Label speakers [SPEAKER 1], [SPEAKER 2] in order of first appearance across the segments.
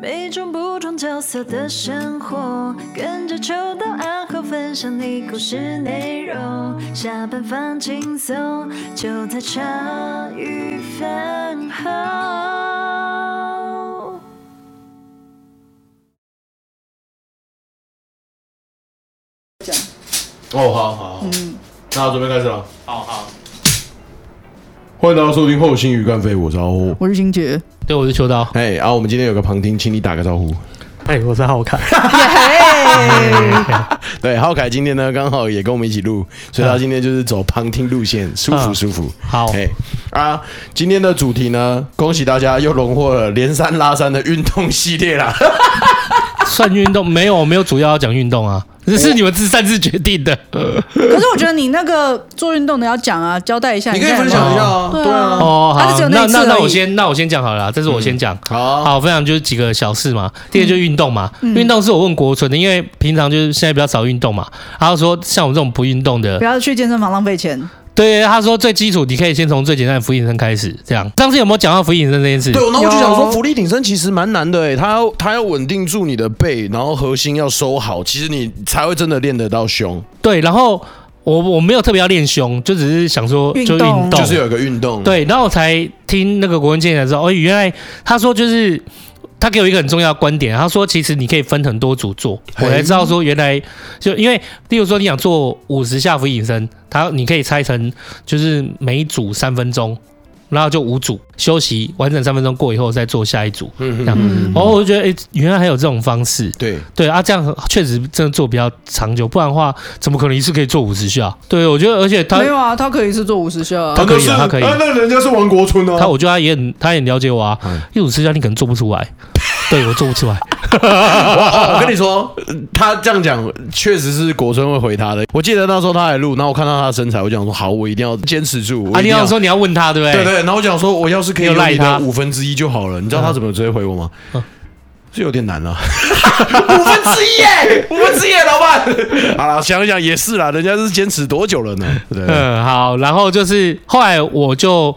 [SPEAKER 1] 每种不同角色的生活，跟着秋到暗号分享你故事内容。下班放轻松，就在茶余饭后。
[SPEAKER 2] 哦，好好，嗯，那准备开始了。
[SPEAKER 3] 好好，
[SPEAKER 2] 欢迎大家收听《后心鱼干飞》，我是阿欧。
[SPEAKER 4] 我是金姐，
[SPEAKER 3] 对，我是秋刀。
[SPEAKER 2] 哎，啊，我们今天有个旁听，请你打个招呼。
[SPEAKER 5] 哎，我是浩凯。
[SPEAKER 2] 对，浩凯今天呢刚好也跟我们一起录，所以他今天就是走旁听路线，舒服
[SPEAKER 5] 嗯
[SPEAKER 2] 舒服。
[SPEAKER 5] 好，
[SPEAKER 2] 哎啊，今天的主题呢，恭喜大家又荣获了连三拉三的运动系列啦。
[SPEAKER 3] 算运动没有？我没有主要要讲运动啊，这
[SPEAKER 4] 哎
[SPEAKER 3] 是你们自擅自决定的。
[SPEAKER 4] 可是我觉得你那个做运动的要讲啊，交代一 下，
[SPEAKER 2] 你可以
[SPEAKER 4] 现在
[SPEAKER 2] 分享一下
[SPEAKER 4] 有
[SPEAKER 2] 啊，
[SPEAKER 4] 没有
[SPEAKER 2] 对
[SPEAKER 4] 对
[SPEAKER 2] 啊
[SPEAKER 4] 啊，
[SPEAKER 3] 哦，
[SPEAKER 4] 啊这只
[SPEAKER 3] 好，
[SPEAKER 4] 有那
[SPEAKER 3] 那
[SPEAKER 4] 一次
[SPEAKER 3] 那
[SPEAKER 4] 而
[SPEAKER 3] 那
[SPEAKER 4] 已嗯
[SPEAKER 3] 我先，那我先讲好了啦，这是我先讲。
[SPEAKER 2] 好，
[SPEAKER 3] 好，我分享就是几个小事嘛。第一个就是运动嘛，运动是我问国纯的，因为平常就是现在比较少运动嘛。然后说像我这种不运动的
[SPEAKER 4] 不，要去健身房浪费钱。
[SPEAKER 3] 对，他说最基础你可以先从最简单的俯卧撑开始。这样，上次有没有讲到俯卧撑这件事？
[SPEAKER 2] 对，那我就想说，
[SPEAKER 4] 有
[SPEAKER 2] 浮力挺身其实蛮难的诶，它要它要稳定住你的背，然后核心要收好，其实你才会真的练得到胸，
[SPEAKER 3] 对，然后我我没有特别要练胸，就只是想说
[SPEAKER 4] 运
[SPEAKER 3] 就运
[SPEAKER 4] 动
[SPEAKER 3] 动，
[SPEAKER 2] 就是有一个运动。，
[SPEAKER 3] 对，然后我才听那个国文健的时候，哦，原来他说就是他给我一个很重要的观点，他说其实你可以分很多组做，我才知道说原来就因为，例如说你想做五十下俯卧撑，它你可以拆成就是每一组三分钟，然后就五组休息完整三分钟过以后再做下一组。
[SPEAKER 2] 嗯
[SPEAKER 3] 这样
[SPEAKER 4] 嗯
[SPEAKER 3] 哦，我就觉得诶、原来还有这种方式。
[SPEAKER 2] 对，
[SPEAKER 3] 对啊，这样确实真的做比较长久，不然的话怎么可能一次可以做五十下？对，我觉得，而且他
[SPEAKER 4] 没有啊，他可以是做五十下啊，
[SPEAKER 3] 他可以啊
[SPEAKER 2] 是
[SPEAKER 3] 他可以
[SPEAKER 2] 啊那人家是王国春
[SPEAKER 3] 他
[SPEAKER 2] 啊，
[SPEAKER 3] 我觉得他也很他也很了解我啊
[SPEAKER 2] 嗯，
[SPEAKER 3] 因为我私下你可能做不出来， 对我做不 出来，
[SPEAKER 2] 啊我我跟你说，他这样讲确实是国春会回他的。我记得那时候他来录，然后我看到他的身材，我讲说好，我一定要坚持住。我
[SPEAKER 3] 啊，
[SPEAKER 2] 一
[SPEAKER 3] 你
[SPEAKER 2] 定
[SPEAKER 3] 要
[SPEAKER 2] 要
[SPEAKER 3] 说你要问他对不
[SPEAKER 2] 对
[SPEAKER 3] 对？
[SPEAKER 2] 对，然后我讲说，我要是可以
[SPEAKER 3] 你有赖
[SPEAKER 2] 有你的
[SPEAKER 3] 他
[SPEAKER 2] 五分之一就好了。你知道他怎么直接回我吗
[SPEAKER 3] 嗯？
[SPEAKER 2] 是有点难 了，五分之一耶， 五分之一耶，老 板。好了，想一想也是啦，人家是坚持多久了呢？对不对，
[SPEAKER 3] 嗯，好，然后就是后来我就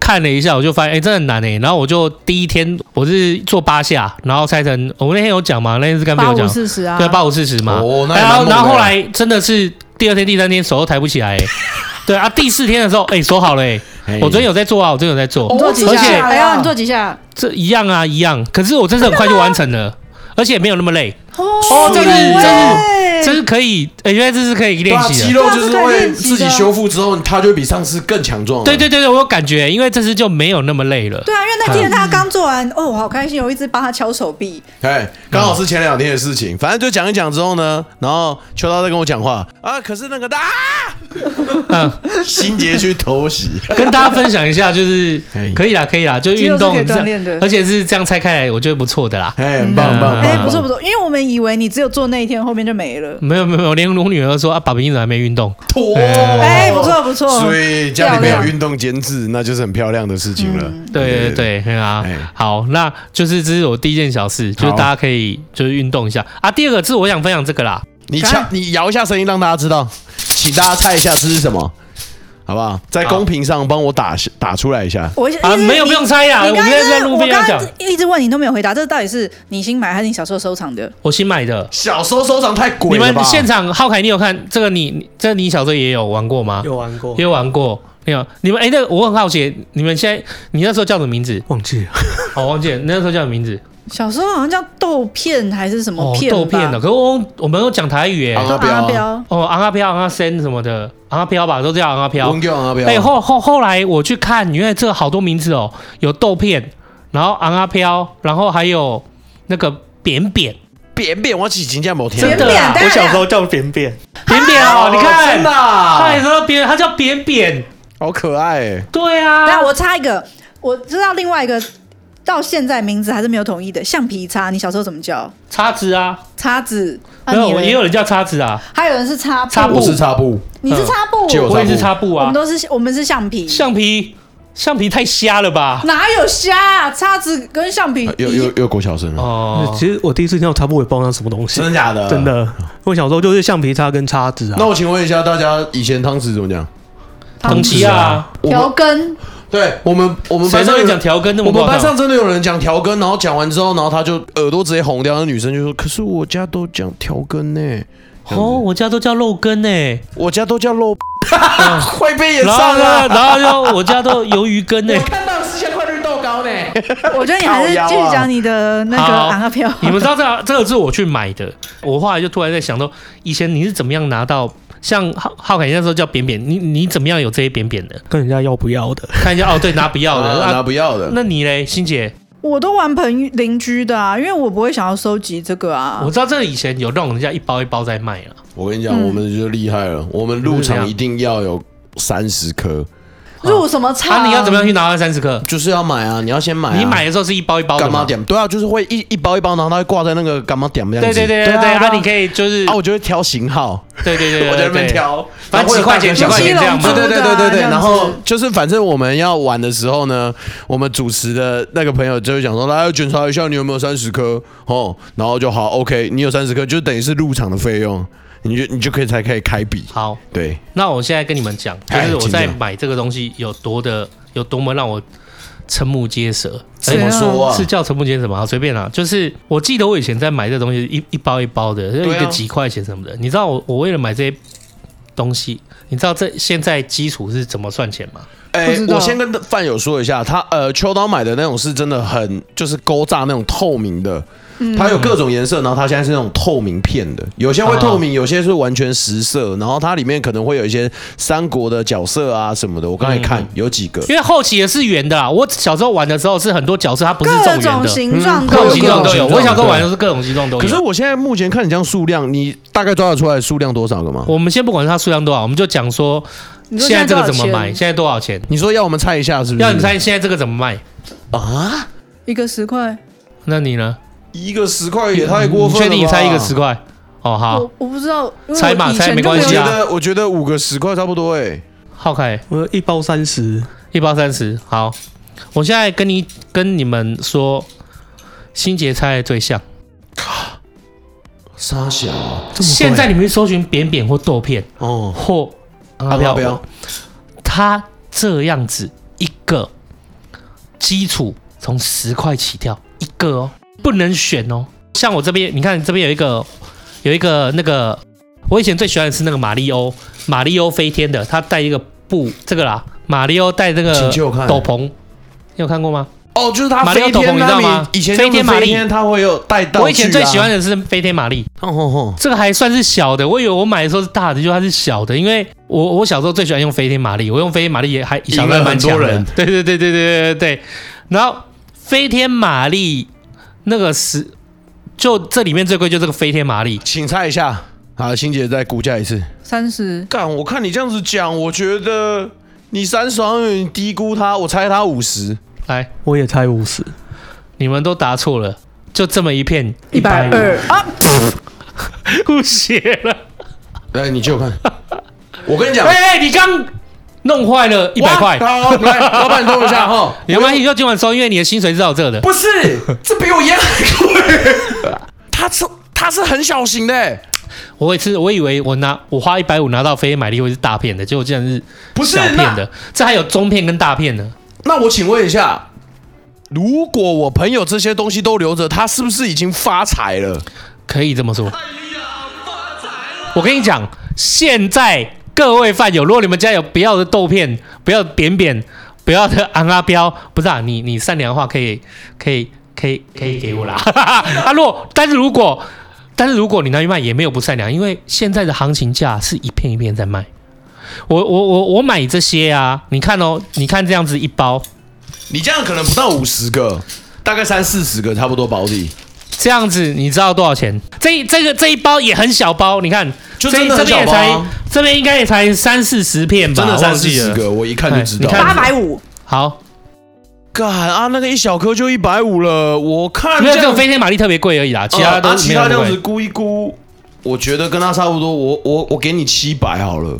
[SPEAKER 3] 看了一下，我就发现哎、真的很难哎、然后我就第一天我是做八下，然后拆成我那天有讲嘛，那天是跟朋
[SPEAKER 4] 八
[SPEAKER 3] 友
[SPEAKER 4] 五
[SPEAKER 3] 讲，
[SPEAKER 4] 四十啊，
[SPEAKER 3] 对，八五四十嘛，哎
[SPEAKER 2] 哦那也
[SPEAKER 3] 然
[SPEAKER 2] 蛮猛
[SPEAKER 3] 后
[SPEAKER 2] 的
[SPEAKER 3] 然后后来真的是第二天、第三天手都抬不起来、 欸，对啊，第四天的时候哎、手好了哎、
[SPEAKER 2] 嘿
[SPEAKER 3] 我昨天有在做啊，我真的有在做，
[SPEAKER 4] 你做几
[SPEAKER 3] 而且
[SPEAKER 4] 下？哎呀，你做几下？
[SPEAKER 3] 这一样啊一样，可是我真的很快就完成了，而且没有那么累。
[SPEAKER 4] 哦
[SPEAKER 3] 这是
[SPEAKER 4] 是
[SPEAKER 3] 这是可以，呃，原来这是可以
[SPEAKER 2] 对
[SPEAKER 3] 练
[SPEAKER 2] 啊，
[SPEAKER 3] 习
[SPEAKER 2] 肌
[SPEAKER 3] 的。
[SPEAKER 2] 肉就是
[SPEAKER 4] 对啊这可以
[SPEAKER 2] 会
[SPEAKER 4] 练习
[SPEAKER 2] 自
[SPEAKER 4] 的
[SPEAKER 2] 己修复之后，它就会比上次更强壮。
[SPEAKER 3] 对对对对，我有感觉，因为这次就没有那么累了。
[SPEAKER 4] 对啊，因为那天他刚做完，哦，我好开心，我一直帮他敲手臂。
[SPEAKER 2] 哎，刚好是前两天的事情，反正就讲一讲之后呢，然后秋刀在跟我讲话啊，可是那个的啊，心结去偷 袭，
[SPEAKER 3] 跟大家分享一下，就是
[SPEAKER 2] 可以
[SPEAKER 3] 可以啦，可以啦，就
[SPEAKER 4] 肌
[SPEAKER 3] 运
[SPEAKER 4] 肉是
[SPEAKER 3] 动
[SPEAKER 4] 可以
[SPEAKER 3] 这
[SPEAKER 4] 锻
[SPEAKER 3] 样
[SPEAKER 4] 炼的
[SPEAKER 3] 而且是这样拆开来，我觉得不错的啦。
[SPEAKER 2] 哎，很棒很
[SPEAKER 3] 嗯
[SPEAKER 2] 棒，很棒
[SPEAKER 4] 哎，不错不，错，因为我们以为你只有做那一天，后面就没了。
[SPEAKER 3] 没有没有没有，连我女儿都说啊，爸爸你怎么还没运动？
[SPEAKER 2] 妥，
[SPEAKER 3] 嗯
[SPEAKER 4] 哎，不错不错，
[SPEAKER 2] 所以家里面
[SPEAKER 4] 漂
[SPEAKER 2] 有
[SPEAKER 4] 亮嗯
[SPEAKER 2] 运动监制，那就是很漂亮的事情了。
[SPEAKER 3] 对对对，对啊
[SPEAKER 2] 哎，
[SPEAKER 3] 好，那就是这是我第一件小事，就是
[SPEAKER 2] 好
[SPEAKER 3] 大家可以就是运动一下啊。第二个是我想分享这个啦，
[SPEAKER 2] 你敲，你摇一下声音让大家知道，请大家猜一下这是什么，好不好？在
[SPEAKER 3] 好
[SPEAKER 2] 公屏上帮我打打出来一下。
[SPEAKER 4] 我一直
[SPEAKER 3] 啊没有不用猜呀
[SPEAKER 4] 你刚刚
[SPEAKER 3] 我们现在在
[SPEAKER 4] 就是
[SPEAKER 3] 路
[SPEAKER 4] 我
[SPEAKER 3] 边要
[SPEAKER 4] 刚
[SPEAKER 3] 讲
[SPEAKER 4] 刚一直问你都没有回答，这到底是你新买还是你小时候收藏的？
[SPEAKER 3] 我新买的。
[SPEAKER 2] 小收收藏太
[SPEAKER 3] 你
[SPEAKER 2] 鬼了
[SPEAKER 3] 们
[SPEAKER 2] 吧？
[SPEAKER 3] 现场浩凯，你有看这个你？你这你小时候也有玩过吗？
[SPEAKER 5] 有玩过
[SPEAKER 3] 也，有玩过。没有，你们哎、那个我很好奇，你们现在你那时候叫什么名字？
[SPEAKER 5] 忘记了。
[SPEAKER 3] 哦，忘记了，你那时候叫什么名字？
[SPEAKER 4] 小时候好像叫豆片还是什么
[SPEAKER 3] 哦，
[SPEAKER 4] 片吧？
[SPEAKER 3] 豆片的。可是我我们都讲台语
[SPEAKER 2] 昂
[SPEAKER 3] 哎。
[SPEAKER 2] 阿
[SPEAKER 4] 阿
[SPEAKER 2] 彪啊
[SPEAKER 4] 彪，
[SPEAKER 3] 哦，昂阿飘、昂阿森什么的，昂阿飘吧，都叫昂阿飘
[SPEAKER 2] 文。哥啊，不要。
[SPEAKER 3] 哎、后后后来我去看，原来这好多名字哦，有豆片，然后昂阿飘，然后还有那个扁扁，
[SPEAKER 2] 扁扁，我起请假某天。
[SPEAKER 4] 扁扁，
[SPEAKER 3] 啊
[SPEAKER 4] 等
[SPEAKER 5] 我
[SPEAKER 4] 一下
[SPEAKER 5] 小时候叫扁扁，
[SPEAKER 3] 扁扁哦，你看
[SPEAKER 2] 真，的
[SPEAKER 3] 他也
[SPEAKER 2] 啊，
[SPEAKER 3] 说扁，他叫扁扁，
[SPEAKER 2] 好可爱欸。
[SPEAKER 3] 对
[SPEAKER 4] 等一
[SPEAKER 3] 啊
[SPEAKER 4] 下，我插一个，我知道另外一个到现在名字还是没有统一的橡皮擦，你小时候怎么叫？
[SPEAKER 3] 叉子啊，
[SPEAKER 4] 叉子？啊
[SPEAKER 3] 没有，
[SPEAKER 4] 你嘞
[SPEAKER 3] 也有人叫叉子啊，
[SPEAKER 4] 还有人是擦布，
[SPEAKER 3] 擦布
[SPEAKER 2] 我是擦布，
[SPEAKER 4] 你是擦布，
[SPEAKER 2] 就有
[SPEAKER 3] 我也是擦布
[SPEAKER 4] 我
[SPEAKER 3] 啊
[SPEAKER 4] 们，都是我们是橡皮，
[SPEAKER 3] 橡皮橡皮太瞎了吧？
[SPEAKER 4] 哪有虾啊？叉子跟橡皮
[SPEAKER 2] 啊又又又国小生了，
[SPEAKER 3] 哦，
[SPEAKER 5] 其实我第一次听到擦布，我也不知道那是什么东西
[SPEAKER 2] 真，的啊假的？
[SPEAKER 5] 真。的。我小时候就是橡皮擦跟叉子啊
[SPEAKER 2] 那，我请问一下大家，以前汤匙怎么讲？
[SPEAKER 3] 同期啊，
[SPEAKER 4] 调羹，
[SPEAKER 2] 对我们我们
[SPEAKER 3] 谁
[SPEAKER 2] 班
[SPEAKER 3] 让
[SPEAKER 2] 上有人
[SPEAKER 3] 你讲调羹那么啊
[SPEAKER 2] 我们
[SPEAKER 3] 夸
[SPEAKER 2] 班
[SPEAKER 3] 张？
[SPEAKER 2] 上真的有人讲调羹，然后讲完之后，然后他就耳朵直接红掉，那女生就说：“可是我家都讲调羹呢，
[SPEAKER 3] 哦，我家都叫肉羹呢、
[SPEAKER 2] 我家都叫肉， 快被演
[SPEAKER 3] 然
[SPEAKER 2] 上
[SPEAKER 3] 后
[SPEAKER 2] 了。
[SPEAKER 3] 呢，然后就我家都鱿鱼羹呢、
[SPEAKER 2] 看到四千块绿豆糕 呢，
[SPEAKER 4] 我觉得你还是
[SPEAKER 2] 啊
[SPEAKER 4] 继续讲你的那个
[SPEAKER 3] 好
[SPEAKER 4] 昂阿飘。
[SPEAKER 3] 你们知道这这个是我去买的，我后来就突然在想到，以前你是怎么样拿到？像浩浩凯那时候叫扁扁，你你怎么样有这些扁扁的？
[SPEAKER 5] 跟人家要不要的，
[SPEAKER 3] 看一下哦，对，拿不要 的。
[SPEAKER 2] 拿
[SPEAKER 3] 啊、
[SPEAKER 2] 不要的。
[SPEAKER 3] 那你嘞，欣姐，
[SPEAKER 4] 我都玩朋友邻居的啊，因为我不会想要收集这个啊
[SPEAKER 3] 我。知道这个以前有那种人家一包一包在卖啊了，
[SPEAKER 2] 我跟你讲，
[SPEAKER 4] 嗯
[SPEAKER 2] 我们就厉害了，我们入场一定要有三十颗，
[SPEAKER 4] 入什么
[SPEAKER 3] 啊，哎
[SPEAKER 4] 场？
[SPEAKER 3] 你要怎么样去拿到三十克？
[SPEAKER 2] 就是要买啊，你要先买、啊，
[SPEAKER 3] 你买的时候是一包一包的
[SPEAKER 2] 干嘛
[SPEAKER 3] 吗？
[SPEAKER 2] 点？对啊，就是会一一包一包，然后它会挂在那个干嘛点这样
[SPEAKER 3] 对
[SPEAKER 2] 子。
[SPEAKER 3] 对对对
[SPEAKER 2] 对
[SPEAKER 3] 对
[SPEAKER 2] 啊
[SPEAKER 3] 啊！你可以就是
[SPEAKER 2] 啊，我就会挑型号，
[SPEAKER 3] 对对对，对
[SPEAKER 2] 我在那边
[SPEAKER 3] 对
[SPEAKER 2] 挑，
[SPEAKER 3] 反正几块钱
[SPEAKER 2] 然后会有大
[SPEAKER 4] 几块钱这样嘛
[SPEAKER 2] 对对对对对对。
[SPEAKER 4] 七龙珠的
[SPEAKER 2] 然
[SPEAKER 4] 啊这
[SPEAKER 2] 后
[SPEAKER 4] 样子
[SPEAKER 2] 就是反正我们要玩的时候呢，我们主持的那个朋友就会讲说，来检查一下你有没有三十颗哦，然后就好，OK，你有三十颗，就等于是入场的费用，你就你就可以才可以开笔。
[SPEAKER 3] 好，
[SPEAKER 2] 对，
[SPEAKER 3] 那我现在跟你们讲，就
[SPEAKER 2] 哎
[SPEAKER 3] 是我
[SPEAKER 2] 请
[SPEAKER 3] 在
[SPEAKER 2] 讲
[SPEAKER 3] 买这个东西有多的有多么让我瞠目结舌。哎
[SPEAKER 2] 怎么
[SPEAKER 4] 啊
[SPEAKER 2] 说啊
[SPEAKER 3] 是？叫瞠目结舌吗？好随便啦、就是我记得我以前在买这东西，一一包一包的，就
[SPEAKER 2] 对
[SPEAKER 3] 一
[SPEAKER 2] 啊
[SPEAKER 3] 个几块钱什么的。你知道我我为了买这些东西，你知道这现在基础是怎么算钱吗？
[SPEAKER 2] 哎
[SPEAKER 4] 不知，道
[SPEAKER 2] 我先跟范友说一下，他呃秋刀买的那种是真的很就是勾炸那种透明的，
[SPEAKER 3] 嗯
[SPEAKER 2] 它有各种颜色，然后它现在是那种透明片的，有些会透
[SPEAKER 3] 啊
[SPEAKER 2] 明，有些是完全实色，然后它里面可能会有一些三国的角色啊什么的，我刚才看有几个。
[SPEAKER 3] 嗯因为后期也是圆的啦。我小时候玩的时候是很多角色它不是
[SPEAKER 4] 各
[SPEAKER 3] 这种圆
[SPEAKER 4] 种
[SPEAKER 3] 的，
[SPEAKER 4] 形状
[SPEAKER 3] 各
[SPEAKER 4] 都
[SPEAKER 3] 种
[SPEAKER 4] 有，
[SPEAKER 3] 形状都有。
[SPEAKER 2] 各种形状
[SPEAKER 3] 我小时候玩的是各种形状都有。
[SPEAKER 2] 可是我现在目前看你这样数量，你大概抓得出来数量多少个吗？
[SPEAKER 3] 我们先不管它数量多少，我们就讲说
[SPEAKER 4] 你说
[SPEAKER 3] 现在这个怎么
[SPEAKER 4] 多少
[SPEAKER 3] 买，
[SPEAKER 4] 钱
[SPEAKER 3] 现在多少钱？
[SPEAKER 2] 你说要我们猜一下是不是？
[SPEAKER 3] 要你猜现在这个怎么卖？
[SPEAKER 2] 啊？
[SPEAKER 4] 一个十块，
[SPEAKER 3] 那你呢？
[SPEAKER 2] 一个十块也太过分了吧。
[SPEAKER 3] 你确定你猜一个十块？哦，好
[SPEAKER 4] 我，我不知道，因为
[SPEAKER 3] 猜嘛
[SPEAKER 4] 我以
[SPEAKER 3] 猜
[SPEAKER 4] 前
[SPEAKER 3] 没
[SPEAKER 4] 就
[SPEAKER 3] 关
[SPEAKER 4] 没
[SPEAKER 2] 我
[SPEAKER 3] 系
[SPEAKER 2] 觉
[SPEAKER 3] 啊
[SPEAKER 4] 有。
[SPEAKER 2] 得我觉得五个十块差不多哎、
[SPEAKER 3] 浩凯
[SPEAKER 5] 我一包三十，
[SPEAKER 3] 一包三十，好，我现在跟你跟你们说，新杰猜的最
[SPEAKER 2] 嗯
[SPEAKER 3] 像。
[SPEAKER 2] 傻小
[SPEAKER 5] 啊这么贵
[SPEAKER 3] 现在你们去搜寻扁扁或豆片
[SPEAKER 2] 哦，
[SPEAKER 3] 或阿
[SPEAKER 2] 阿
[SPEAKER 3] 飘，
[SPEAKER 2] 彪，
[SPEAKER 3] 他这样子一个基础从十块起跳一个哦，不能选哦。像我这边，你看这边有一个有一个那个，我以前最喜欢的是那个马里欧，马里欧飞天的，他带一个布这个啦，马里欧带这个
[SPEAKER 2] 请就看
[SPEAKER 3] 斗篷，你有看过吗？
[SPEAKER 2] 哦，就是他
[SPEAKER 3] 马里奥
[SPEAKER 2] 飞
[SPEAKER 3] 斗篷
[SPEAKER 2] 天，
[SPEAKER 3] 你知道吗
[SPEAKER 2] 那以前
[SPEAKER 3] 飞天
[SPEAKER 2] 他们
[SPEAKER 3] 马
[SPEAKER 2] 飞
[SPEAKER 3] 力
[SPEAKER 2] 天他会有带道具、啊。
[SPEAKER 3] 我以前最喜欢的是飞天玛丽，
[SPEAKER 2] 哦吼吼，
[SPEAKER 3] 这个还算是小的。我以为我买的时候是大的，就它是小的，因为我我小时候最喜欢用飞天玛丽，我用飞天玛丽也还小时候还蛮强
[SPEAKER 2] 赢了很多
[SPEAKER 3] 的
[SPEAKER 2] 人。
[SPEAKER 3] 对对对对对对对。然后飞天玛丽那个是就这里面最贵就这个飞天玛丽，
[SPEAKER 2] 请猜一下。好，欣姐再估价一次。
[SPEAKER 4] 三十，
[SPEAKER 2] 干，我看你这样子讲，我觉得你三十好像有点低估他，我猜他五十。
[SPEAKER 3] 来，
[SPEAKER 5] 我也猜五十，
[SPEAKER 3] 你们都答错了，就这么一片
[SPEAKER 4] 一百
[SPEAKER 3] 120，
[SPEAKER 4] 二啊！
[SPEAKER 3] 吐血了。
[SPEAKER 2] 来，哎你借我看。 我跟你讲，
[SPEAKER 3] 哎、哎，你刚弄坏了一百块
[SPEAKER 2] 哇，好，来，老板，你等我一下哈。
[SPEAKER 3] 没关系，就今晚收，因为你的薪水是到这 的。
[SPEAKER 2] 不是，这比我烟还贵。 他是他是很小型的、
[SPEAKER 3] 我也是，我以为我拿我花一百五拿到飞天买力会是大片的，结果竟然是
[SPEAKER 2] 不是
[SPEAKER 3] 小片的，这还有中片跟大片的。
[SPEAKER 2] 那我请问一下，如果我朋友这些东西都留着，他是不是已经发财了？
[SPEAKER 3] 可以这么说。我跟你讲，现在各位饭友，如果你们家有不要的豆片、不要的扁扁、不要的昂阿标，不是啊，你你善良的话可以可以可以可以给我啦。 啊，如果但是如果但是如果你拿去卖也没有不善良，因为现在的行情价是一片一片在卖。我我我我买这些啊，你看哦，你看这样子一包，
[SPEAKER 2] 你这样可能不到五十个，大概三四十个，差不多保底。
[SPEAKER 3] 这样子你知道多少钱？这这个这一包也很小包，你看，
[SPEAKER 2] 就
[SPEAKER 3] 这
[SPEAKER 2] 真的
[SPEAKER 3] 这
[SPEAKER 2] 很
[SPEAKER 3] 边
[SPEAKER 2] 小
[SPEAKER 3] 也
[SPEAKER 2] 包
[SPEAKER 3] 才
[SPEAKER 2] 啊
[SPEAKER 3] 这边应该也才三四十片吧，
[SPEAKER 2] 真的
[SPEAKER 3] 我
[SPEAKER 2] 三
[SPEAKER 3] 忘
[SPEAKER 2] 四
[SPEAKER 3] 记
[SPEAKER 2] 十
[SPEAKER 3] 了。
[SPEAKER 2] 个，我一看就知道
[SPEAKER 3] 哎你。看
[SPEAKER 4] 八百五，
[SPEAKER 3] 好，
[SPEAKER 2] 干啊，那个一小颗就一百五了，我看
[SPEAKER 3] 没有这
[SPEAKER 2] 样
[SPEAKER 3] 种飞天玛丽特别贵而已啦，其他
[SPEAKER 2] 呃啊
[SPEAKER 3] 都
[SPEAKER 2] 其
[SPEAKER 3] 没有
[SPEAKER 2] 他
[SPEAKER 3] 那
[SPEAKER 2] 这
[SPEAKER 3] 么
[SPEAKER 2] 样子
[SPEAKER 3] 贵。
[SPEAKER 2] 估一估，我觉得跟他差不多。我我我给你七百好了，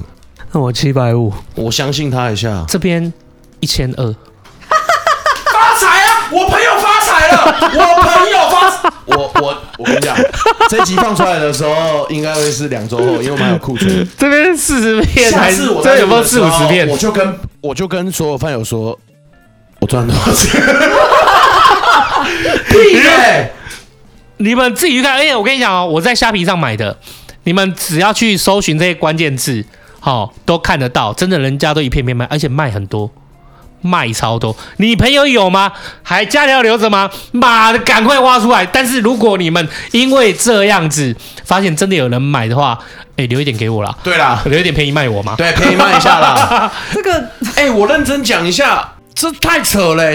[SPEAKER 5] 那我七百五，
[SPEAKER 2] 我相信他一下。
[SPEAKER 3] 这边一千二，
[SPEAKER 2] 发财啊！我朋友发财了， 我朋友发。我我我跟你讲，这集放出来的时候应该会是两周后，因为我们还有库存。
[SPEAKER 3] 这边四十片
[SPEAKER 2] 下
[SPEAKER 3] 还
[SPEAKER 2] 次
[SPEAKER 3] 是
[SPEAKER 2] 我
[SPEAKER 3] 这
[SPEAKER 2] 再啊
[SPEAKER 3] 有没有
[SPEAKER 2] 录的时
[SPEAKER 3] 四
[SPEAKER 2] 候
[SPEAKER 3] 五十片
[SPEAKER 2] 我？就跟我就跟所有饭友说，我赚多少 钱？屁嘞！
[SPEAKER 3] 你们自己去看。而且我跟你讲哦，我在虾皮上买的，你们只要去搜寻这些关键字，好、都看得到。真的，人家都一片片卖，而且卖很多，卖超多。你朋友有吗？还家里要留着吗？妈的，赶快挖出来！但是如果你们因为这样子发现真的有人买的话，哎，留一点给我啦，
[SPEAKER 2] 对啦，
[SPEAKER 3] 留一点便宜卖我嘛。
[SPEAKER 2] 对，可以卖一下啦。
[SPEAKER 4] 这个
[SPEAKER 2] 哎、我认真讲一下，这太扯嘞！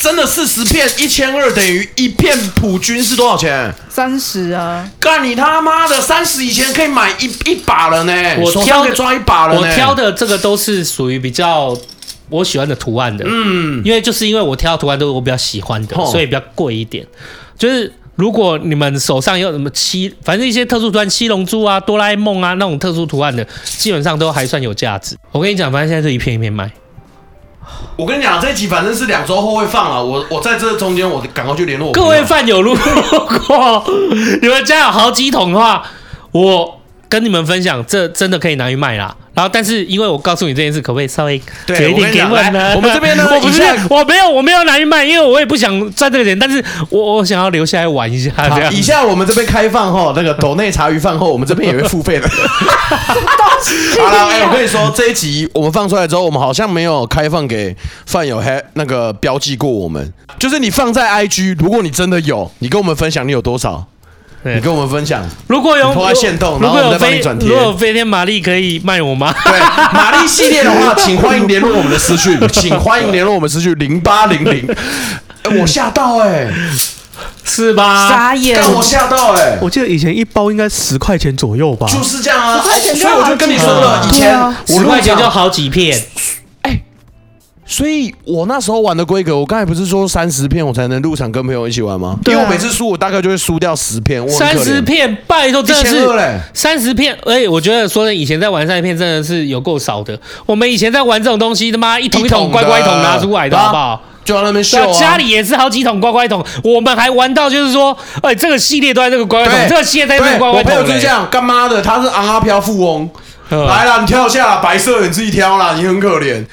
[SPEAKER 2] 真的四十片一千二等于一片普均是多少钱？
[SPEAKER 4] 三十啊，
[SPEAKER 2] 干你他妈的！三十以前可以买一一把了呢，
[SPEAKER 3] 我
[SPEAKER 2] 哎手
[SPEAKER 3] 挑
[SPEAKER 2] 上可
[SPEAKER 3] 的
[SPEAKER 2] 以抓一把了呢。
[SPEAKER 3] 我挑的这个都是属于比较我喜欢的图案的，嗯，因为就是因为我挑的图案都是我比较喜欢的，
[SPEAKER 2] 吼
[SPEAKER 3] 所以比较贵一点。就是如果你们手上有什么七，反正一些特殊图案，七龙珠啊、哆啦 A 梦啊那种特殊图案的，基本上都还算有价值。我跟你讲，反正现在就一片一片卖。
[SPEAKER 2] 我跟你讲，这一集反正是两周后会放了。我我在这中间，我赶快去联络我朋
[SPEAKER 3] 各
[SPEAKER 2] 友
[SPEAKER 3] 位饭友，如果 你们家有好几桶的话，我跟你们分享，这真的可以拿去卖啦。然后，但是因为我告诉你这件事，可不可以稍微
[SPEAKER 2] 对
[SPEAKER 3] 给一
[SPEAKER 2] 我
[SPEAKER 3] 点
[SPEAKER 2] 跟你
[SPEAKER 3] 给
[SPEAKER 2] 讲
[SPEAKER 3] 我呢
[SPEAKER 2] 来？我们这边呢
[SPEAKER 3] 我不是
[SPEAKER 2] 以下
[SPEAKER 3] 我没有我没有拿去卖，因为我也不想赚这个钱，但是我我想要留下来玩一下
[SPEAKER 2] 好
[SPEAKER 3] 这样。
[SPEAKER 2] 以下我们这边开放哈，那个斗内茶余饭后，我们这边也会付费 的。好
[SPEAKER 3] 啊
[SPEAKER 2] 了，哎、我跟你说，这一集我们放出来之后，我们好像没有开放给饭友还那个标记过我们，就是你放在 IG，如果你真的有，你跟我们分享你有多少，
[SPEAKER 3] 对
[SPEAKER 2] 你跟我们分享。
[SPEAKER 3] 如果有
[SPEAKER 2] 你拖在限动
[SPEAKER 3] 如
[SPEAKER 2] 然
[SPEAKER 3] 果
[SPEAKER 2] 后我
[SPEAKER 3] 有
[SPEAKER 2] 们再帮
[SPEAKER 3] 飞
[SPEAKER 2] 你转贴
[SPEAKER 3] 如果有飞天玛丽可以卖 我吗？
[SPEAKER 2] 对，玛丽系列的话，请欢迎联络我们的私讯，请欢迎联络我们私讯零八零零。 哎我吓到哎、
[SPEAKER 3] 是吧？
[SPEAKER 4] 傻眼
[SPEAKER 2] 让，我吓到哎、
[SPEAKER 5] 我记得以前一包应该十块钱左右吧，
[SPEAKER 2] 就是这样啊，
[SPEAKER 4] 10块钱就
[SPEAKER 2] 所以我就跟你说了，
[SPEAKER 4] 好
[SPEAKER 2] 以
[SPEAKER 4] 几个
[SPEAKER 2] 前
[SPEAKER 4] 对啊
[SPEAKER 2] 我
[SPEAKER 3] 十块钱
[SPEAKER 2] 入
[SPEAKER 3] 就
[SPEAKER 2] 场
[SPEAKER 3] 好几片，
[SPEAKER 2] 所以我那时候玩的规格，我刚才不是说三十片我才能入场跟朋友一起玩吗？
[SPEAKER 4] 对
[SPEAKER 2] 因
[SPEAKER 4] 啊
[SPEAKER 2] 为我每次输，我大概就会输掉十片，我很
[SPEAKER 3] 三
[SPEAKER 2] 可怜
[SPEAKER 3] 十片，拜托，
[SPEAKER 2] 一
[SPEAKER 3] 真的
[SPEAKER 2] 千
[SPEAKER 3] 是
[SPEAKER 2] 二嘞。
[SPEAKER 3] 三十片，而且我觉得说真的以前在玩三十片真的是有够少的。我们以前在玩这种东西，他妈一桶一桶
[SPEAKER 2] 的
[SPEAKER 3] 乖乖桶拿出来的
[SPEAKER 2] 对啊
[SPEAKER 3] 好不好？
[SPEAKER 2] 就在那边秀
[SPEAKER 3] 对啊，
[SPEAKER 2] 啊！
[SPEAKER 3] 家里也是好几桶乖乖桶，我们还玩到就是说，哎，这个系列都在这个乖乖桶，
[SPEAKER 2] 对，
[SPEAKER 3] 这个系列在这个
[SPEAKER 2] 对
[SPEAKER 3] 乖乖
[SPEAKER 2] 我朋友
[SPEAKER 3] 桶
[SPEAKER 2] 就是这
[SPEAKER 3] 嘞。
[SPEAKER 2] 样，干妈的，他是昂阿飘富翁，
[SPEAKER 3] 嗯
[SPEAKER 2] 来啦，你跳下啦，白色的你自己挑啦，你很可怜。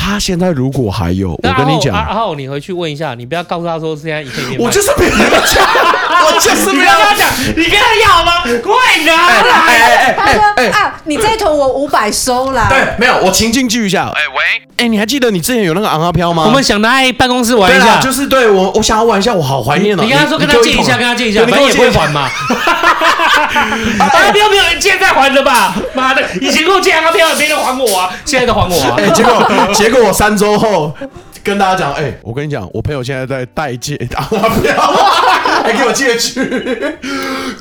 [SPEAKER 2] 他现在如果还有，
[SPEAKER 3] 那哦啊
[SPEAKER 2] 我
[SPEAKER 3] 阿
[SPEAKER 2] 跟你
[SPEAKER 3] 浩
[SPEAKER 2] 讲，
[SPEAKER 3] 阿阿浩，你回去问一下，你不要告诉他说现在一片片卖。
[SPEAKER 2] 我就是没有讲， 我就是没
[SPEAKER 3] 你不
[SPEAKER 2] 有
[SPEAKER 3] 要跟他
[SPEAKER 2] 讲
[SPEAKER 3] 讲。，啊你跟他要吗？快拿来！
[SPEAKER 2] 哎哎
[SPEAKER 4] 他说啊，你这一桶我五百收啦，
[SPEAKER 2] 对，没有，我情境剧一下。哎、喂，哎、你还记得你之前有那个昂阿飘吗？
[SPEAKER 3] 我们想来办公室玩
[SPEAKER 2] 对
[SPEAKER 3] 一
[SPEAKER 2] 啦，
[SPEAKER 3] 下，
[SPEAKER 2] 就是对我，我想要玩一下，我好怀念哦。
[SPEAKER 3] 你跟他说跟他
[SPEAKER 2] 给我
[SPEAKER 3] 借一
[SPEAKER 2] 桶
[SPEAKER 3] 下，啊跟他借一下，
[SPEAKER 2] 对
[SPEAKER 3] 反
[SPEAKER 2] 你给
[SPEAKER 3] 正
[SPEAKER 2] 我借
[SPEAKER 3] 也不会
[SPEAKER 2] 一下
[SPEAKER 3] 还 嘛。啊，不要不要，借再还的吧。妈的，以前跟我借阿票，别人还我啊，现在都还我 啊
[SPEAKER 2] 哎、。结果结果我三周后跟大家讲，哎、我跟你讲，我朋友现在在代借 打发票，还给我借去，